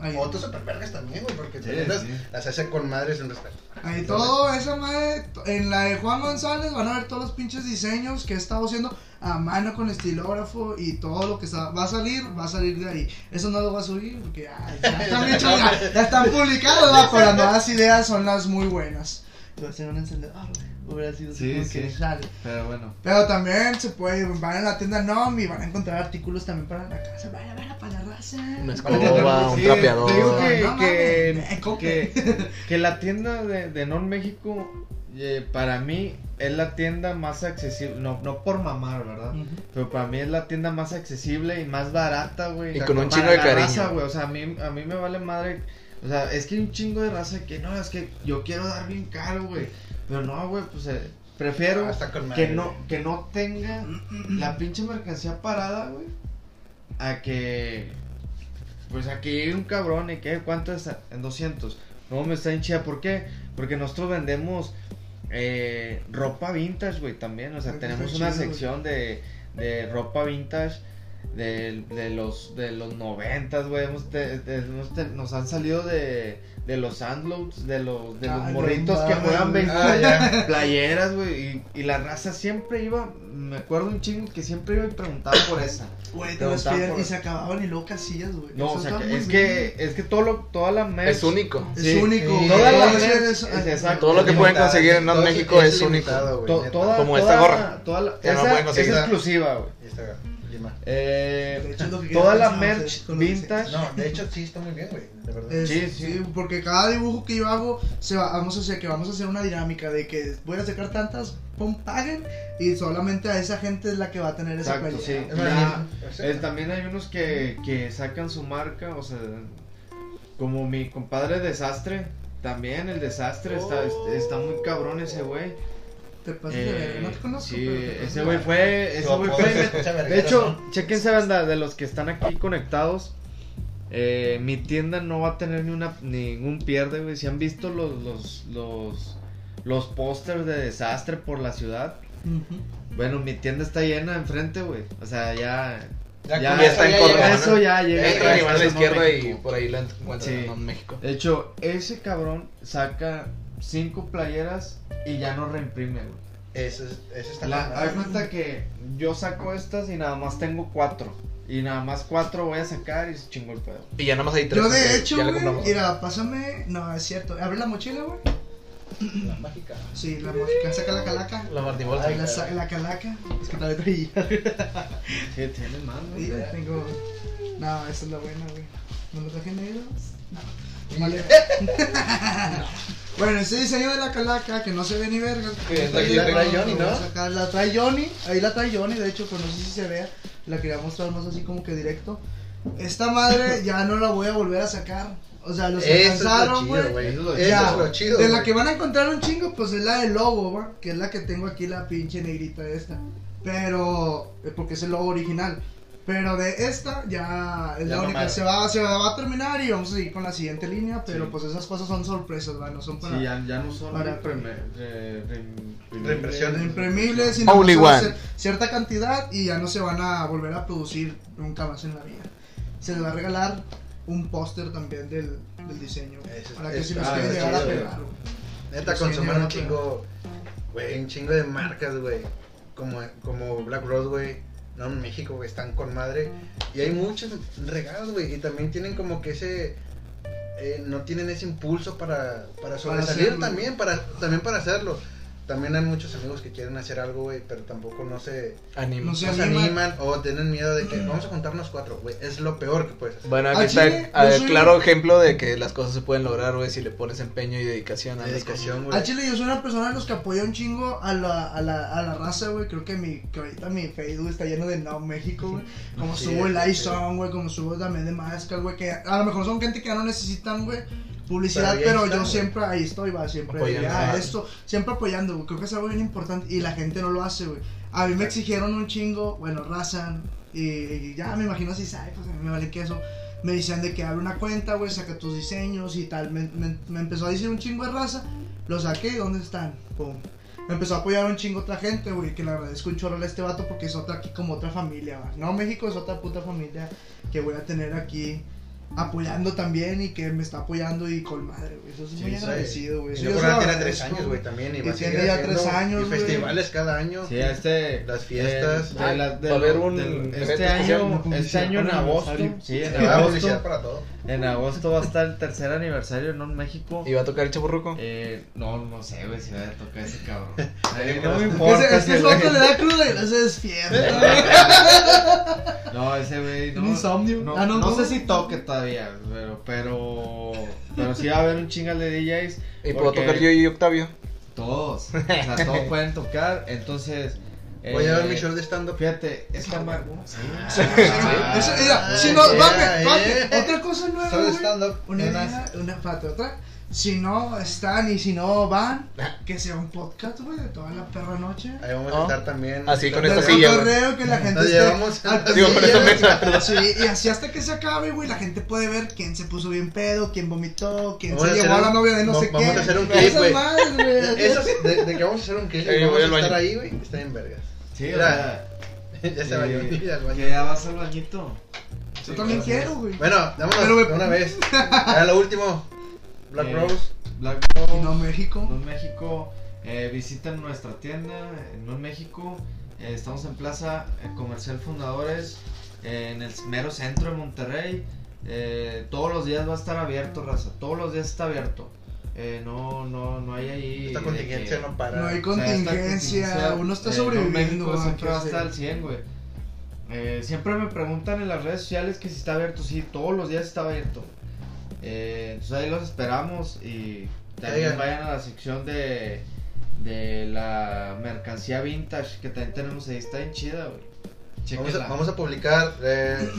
Ahí.
Otros super vergas también, güey, porque
Sí,
las,
sí.
las hace con madres en respeto.
Ahí todo esa madre, to- en la de Juan González van a ver todos los pinches diseños que he estado haciendo a mano con estilógrafo y todo lo que está, va a salir, va a salir de ahí. Eso no lo voy a subir porque ay, ya están, hechos, ya, ya están publicados, ¿va? pero las nuevas ideas son las muy buenas. Iba a ser un encendedor, ah, hubiera sido
así Sí, como que, sí.
sale.
Pero bueno.
Pero también se puede, van a la tienda NOM y van a encontrar artículos también para la casa, vaya, vaya, para la raza.
Una
Para
escoba, un
que- Te digo
trapeador.
que,
Ah, No
que-
mames, me cope.
que, que la tienda de, de Non México, eh, para mí, es la tienda más accesible. No, no por mamar, ¿verdad?
Ujú.
Pero para mí es la tienda más accesible y más barata, güey.
Y con un
Para
chingo de
la
cariño.
raza, güey. O sea, a mí, a mí me vale madre. O sea, es que hay un chingo de raza que no, es que yo quiero dar bien caro, güey. Pero no, güey, pues eh, prefiero
Hasta con madres.
que no, que no tenga la pinche mercancía parada, güey. A que. Pues a que llegue un cabrón y que, ¿cuánto está? En 200. No, me está en chida. ¿Por qué? Porque nosotros vendemos eh, ropa vintage, güey, también. O sea,
Ay, qué
tenemos
chido,
una
güey.
sección de, de ropa vintage. De, de los de los noventas güey hemos te- te- hemos te- nos han salido de, de los sandlots de los de los
Ay, no
morritos que
mames,
juegan
güey.
béisbol
Ah, ya.
playeras, güey, y, y la raza siempre iba, me acuerdo un chingo que siempre iba y preguntaba por esa.
Güey, te vas a
Preguntaba
pillar
por-
y se acababan y luego casillas, güey.
No,
Eso
o sea,
está
que-
muy
es
bien.
que es que todo lo toda la merch
Es único.
Es
Sí.
único.
Sí.
güey.
Toda la
Todo
merch
eso
es-
es-
exacto.
Todo lo que
Limitado.
pueden conseguir en
Todo
Non México es único.
limitado, güey,
To-
neta.
toda,
Como
toda-
esta gorra.
toda la-
Ya no
esa-
pueden conseguir.
es exclusiva, güey.
Y está, Lima.
Eh,
De hecho, es lo que
toda
quería
la
pensar, o sea,
merch
con lo que
vintage.
No, de hecho sí está muy bien, güey, de verdad.
Es-
Sí,
sí,
sí.
porque cada dibujo que yo hago, se va- vamos a hacer que vamos a hacer una dinámica de que voy a sacar tantas, pum, paguen y solamente a esa gente es la que va a tener esa
Exacto,
pelea.
sí.
Es más,
Ya,
o sea,
Eh, también hay unos que, que sacan su marca, o sea, como mi compadre Desastre, también el Desastre está, está muy cabrón ese güey.
Te pasas de
Eh,
verga, no te conozco.
sí,
pero te pasas
ese
de
güey
verga.
fue, ese
Su
güey
apodo
fue
se escucha
de
verguero,
hecho,
¿no?
chequense, banda, de los que están aquí conectados. eh, mi tienda no va a tener ni una, ningún pierde, güey. Si han visto los, los, los, los pósters de desastre por la ciudad.
Ujú.
Bueno, mi tienda está llena enfrente, güey. O sea, ya. Ya,
Ya está en
ya
corto.
llega eso ya llega.
Entra a
Eso
la
no
izquierda y
México.
por ahí la encuentran
Sí.
en Non México.
De hecho, ese cabrón saca cinco playeras y ya no reimprime, güey.
Eso, es- eso está
La,
con
haz
madre.
cuenta que yo saco estas y nada más tengo cuatro. Y nada más cuatro voy a sacar y se chingó el pedo.
Y ya nada más hay tres.
Yo
porque
de hecho,
ya la
güey,
compramos.
mira, pásame, no, es cierto, abre la mochila, güey.
La mágica.
Sí, la mochila, saca la calaca.
La Martín Bolsa.
Ay,
La, sa- la calaca, es que trae traía.
Sí, tiene más, ¿no?
Sí, tengo. No, esa es la buena, güey. ¿No lo traje negros? No. Vale. bueno, ese diseño de la calaca que no se ve ni verga.
Que
la- la trae Johnny, ¿no?
Vamos a sacar- La trae Johnny, ahí la trae Johnny, de hecho, pues no sé si se vea. La quería mostrar más así como que directo. Esta madre ya no la voy a volver a sacar. O sea, los
Eso es lo
alcanzaron,
chido,
güey.
güey.
Eso es lo
Eso
chido.
es lo chido.
De la
güey.
que van a encontrar un chingo, pues es la del logo, ¿va? Que es la que tengo aquí, la pinche negrita esta. Pero, eh, porque es el logo original. Pero de esta ya es
Ya
la
no
única.
más.
Se va, se va a terminar y vamos a seguir con la siguiente línea. Pero
Sí.
pues esas cosas son sorpresas, ¿va? No son para.
Sí, ya, ya no son
Para-
reimprime- re- reimprimibles.
Reimpresiones.
Imprimibles, sino
Only
que solo
one.
hacer cierta cantidad y ya no se van a volver a producir nunca más en la vida. Se les va a regalar un póster también del, del diseño.
Eso
para que si
ah, está
los quieren
chido,
llegar a
güey.
pegar. güey.
Neta,
Sí,
consumar
no,
un chingo, güey, un chingo de marcas, güey. Como, como Black Rose, güey. No, en México, güey, están con madre. Y hay muchos regados, güey. Y también tienen como que ese... eh, no tienen ese impulso para, para sobresalir
hacerlo.
también, para, también para hacerlo. También hay muchos amigos que quieren hacer algo, güey, pero tampoco no se,
Animo.
No sé.
no se
animan.
animan o tienen miedo de que vamos a juntarnos cuatro, güey. Es lo peor que puedes hacer.
Bueno, aquí
Al
está
chile,
a
yo
ver,
soy-
claro ejemplo de que las cosas se pueden lograr, güey, si le pones empeño y dedicación a las
Dedicación,
cosas.
güey.
Al chile yo soy una persona de los que apoya un chingo a la, a la, a la raza, güey. Creo que mi que ahorita mi Facebook está lleno de No México, güey. Como
Sí,
subo el
sí.
iSong, güey. Como subo también de Máscar, güey. Que a lo mejor son gente que ya no necesitan, güey. Publicidad,
Pero ahí
pero,
están,
yo
güey.
siempre ahí estoy, va, siempre
Apoyando,
ah,
ajá.
esto, siempre apoyando, güey. Creo que es algo bien importante y la gente no lo hace, güey. A mí me exigieron un chingo, bueno, raza, y, y ya me imagino si sabe, pues a mí me vale queso. Me decían de que abre una cuenta, güey, saca tus diseños y tal. Me, me- me empezó a decir un chingo de raza, lo saqué, ¿y ¿dónde están? Pum. Me empezó a apoyar un chingo otra gente, güey, que le agradezco un chorro a este vato porque es otra aquí como otra familia, va. No, México es otra puta familia que voy a tener aquí apoyando también y que me está apoyando y con madre, güey. Eso es muy
Sí, sí.
agradecido, güey.
Y
Eso
yo
yo
creo
se
que
lo
tiene tres
agradezco,
años, güey, también. Y,
Y
va a
tiene
seguir
ya
haciendo-
tres años,
Y
güey.
festivales cada año.
Sí, este.
Las fiestas.
de- de la- de
Va a haber
lo-
un
de lo-
evento
este
especial,
año,
una
este
publicidad
año en
para el
agosto.
aniversario.
Sí, en
Te va a publicidad
agosto.
para todo.
En agosto va a estar el tercer aniversario en Non México.
¿Y va a tocar el chaburruco?
Eh, no, no sé, güey, si va a tocar ese cabrón. Ay,
Pero
no me
es-
importa.
Ese,
ese
ese vato
güey.
le da cruda y no se despierta, güey.
No, ese güey.
Un
No,
insomnio.
no,
Ah, no,
no
no.
sé si toque todavía, pero, pero, pero sí va a haber un chingal de DJs.
¿Y puedo
porque
tocar yo y Octavio?
Todos, o sea, todos pueden tocar. Entonces,
Voy a ver
eh,
mi show de stand-up.
Fíjate, esta marca.
Ah,
Eso, mira, si no,
yeah,
dame,
yeah.
dame, otra cosa nueva,
Show de
güey.
stand-up.
Una idea, una pata, otra. Si no están y si no van, que sea un podcast, güey, de toda la perra noche.
Ahí vamos
Oh.
a estar también.
Así, con
Stand-up.
esta
Del
silla, güey.
cotorreo, que la gente
Nos
esté
llevamos-
al
Digo, con esta
pendiente.
mesa.
Sí, y así hasta que se acabe, güey, la gente puede ver quién se puso bien pedo, quién vomitó, quién
Vamos
se
a
llevó a
hacer
la
un-
novia de no
va-
sé qué.
vamos a hacer un clip,
Esas
güey.
madres, güey.
Eso sí, de, de que vamos a hacer un clip
Ey,
y vamos
voy
a
al baño.
estar ahí, güey. Está en vergas.
Sí, o
Mira,
sea,
ya se
eh,
va al
que
baño.
ya vas al bañito.
Yo también quiero, güey.
Bueno, vámonos
Pero, güey,
de una vez. Ya lo último. Black
Eh,
Rose.
Black
Y no,
Rose,
México.
Non México. eh, visitan nuestra tienda en Non México. eh, estamos en Plaza eh, Comercial Fundadores, eh, en el mero centro de Monterrey. eh, todos los días va a estar abierto, raza. Todos los días está abierto. Eh, no, no, no hay ahí.
Esta
de
contingencia
que-
no para.
No hay
O sea, esta
contingencia,
contingencia,
uno está
eh,
sobreviviendo.
México
güey,
siempre
¿qué
va a
hacer?
estar al 100, güey. Eh, siempre me preguntan en las redes sociales que si está abierto. Sí, todos los días está abierto. Eh, entonces ahí los esperamos y también
Oigan.
vayan a la sección de, de la mercancía vintage que también tenemos ahí. Está bien chida, güey.
Vamos
Chéquenla.
a, vamos a publicar eh,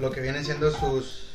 lo que vienen siendo sus.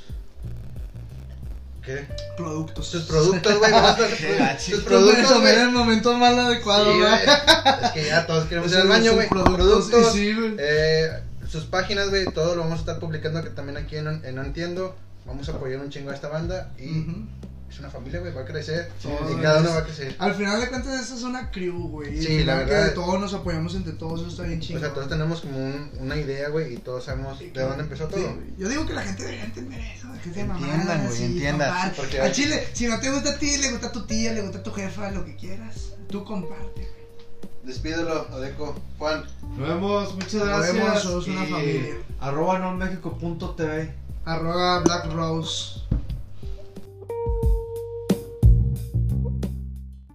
¿Qué?
Productos.
Sus productos, güey. vamos a hacer Sus productos,
Productos
güey.
en el momento más adecuado,
Sí,
güey.
güey. Es que ya todos queremos ir al
Sus
Pues baño, güey.
Productos.
Productos.
y sí, güey.
eh, sus páginas, güey. Todo lo vamos a estar publicando que también aquí en, en No Entiendo. Vamos a apoyar un chingo a esta banda. Y
Ujú.
es una familia, güey. Va a crecer.
Sí,
y
güey.
cada uno va a crecer.
Al final de cuentas, esta es una crew, güey. y
Sí, la
creo
verdad.
Que todos nos apoyamos entre todos, eso está bien chido.
O sea, todos tenemos como un- una idea, güey. Y todos sabemos de dónde empezó todo.
yo digo que la gente debería entender eso. Que se
Entiendan, güey, entiendan.
Porque
Al
hay-
chile, si no te gusta a ti, le gusta a tu tía, le gusta a tu jefa, lo que quieras. Tú comparte, güey.
Despídelo, Odeco. Juan.
Nos vemos, muchas
Nos
gracias.
vemos, somos una
y
familia.
Arroba nommexico.tv.
Arroba Black Rose.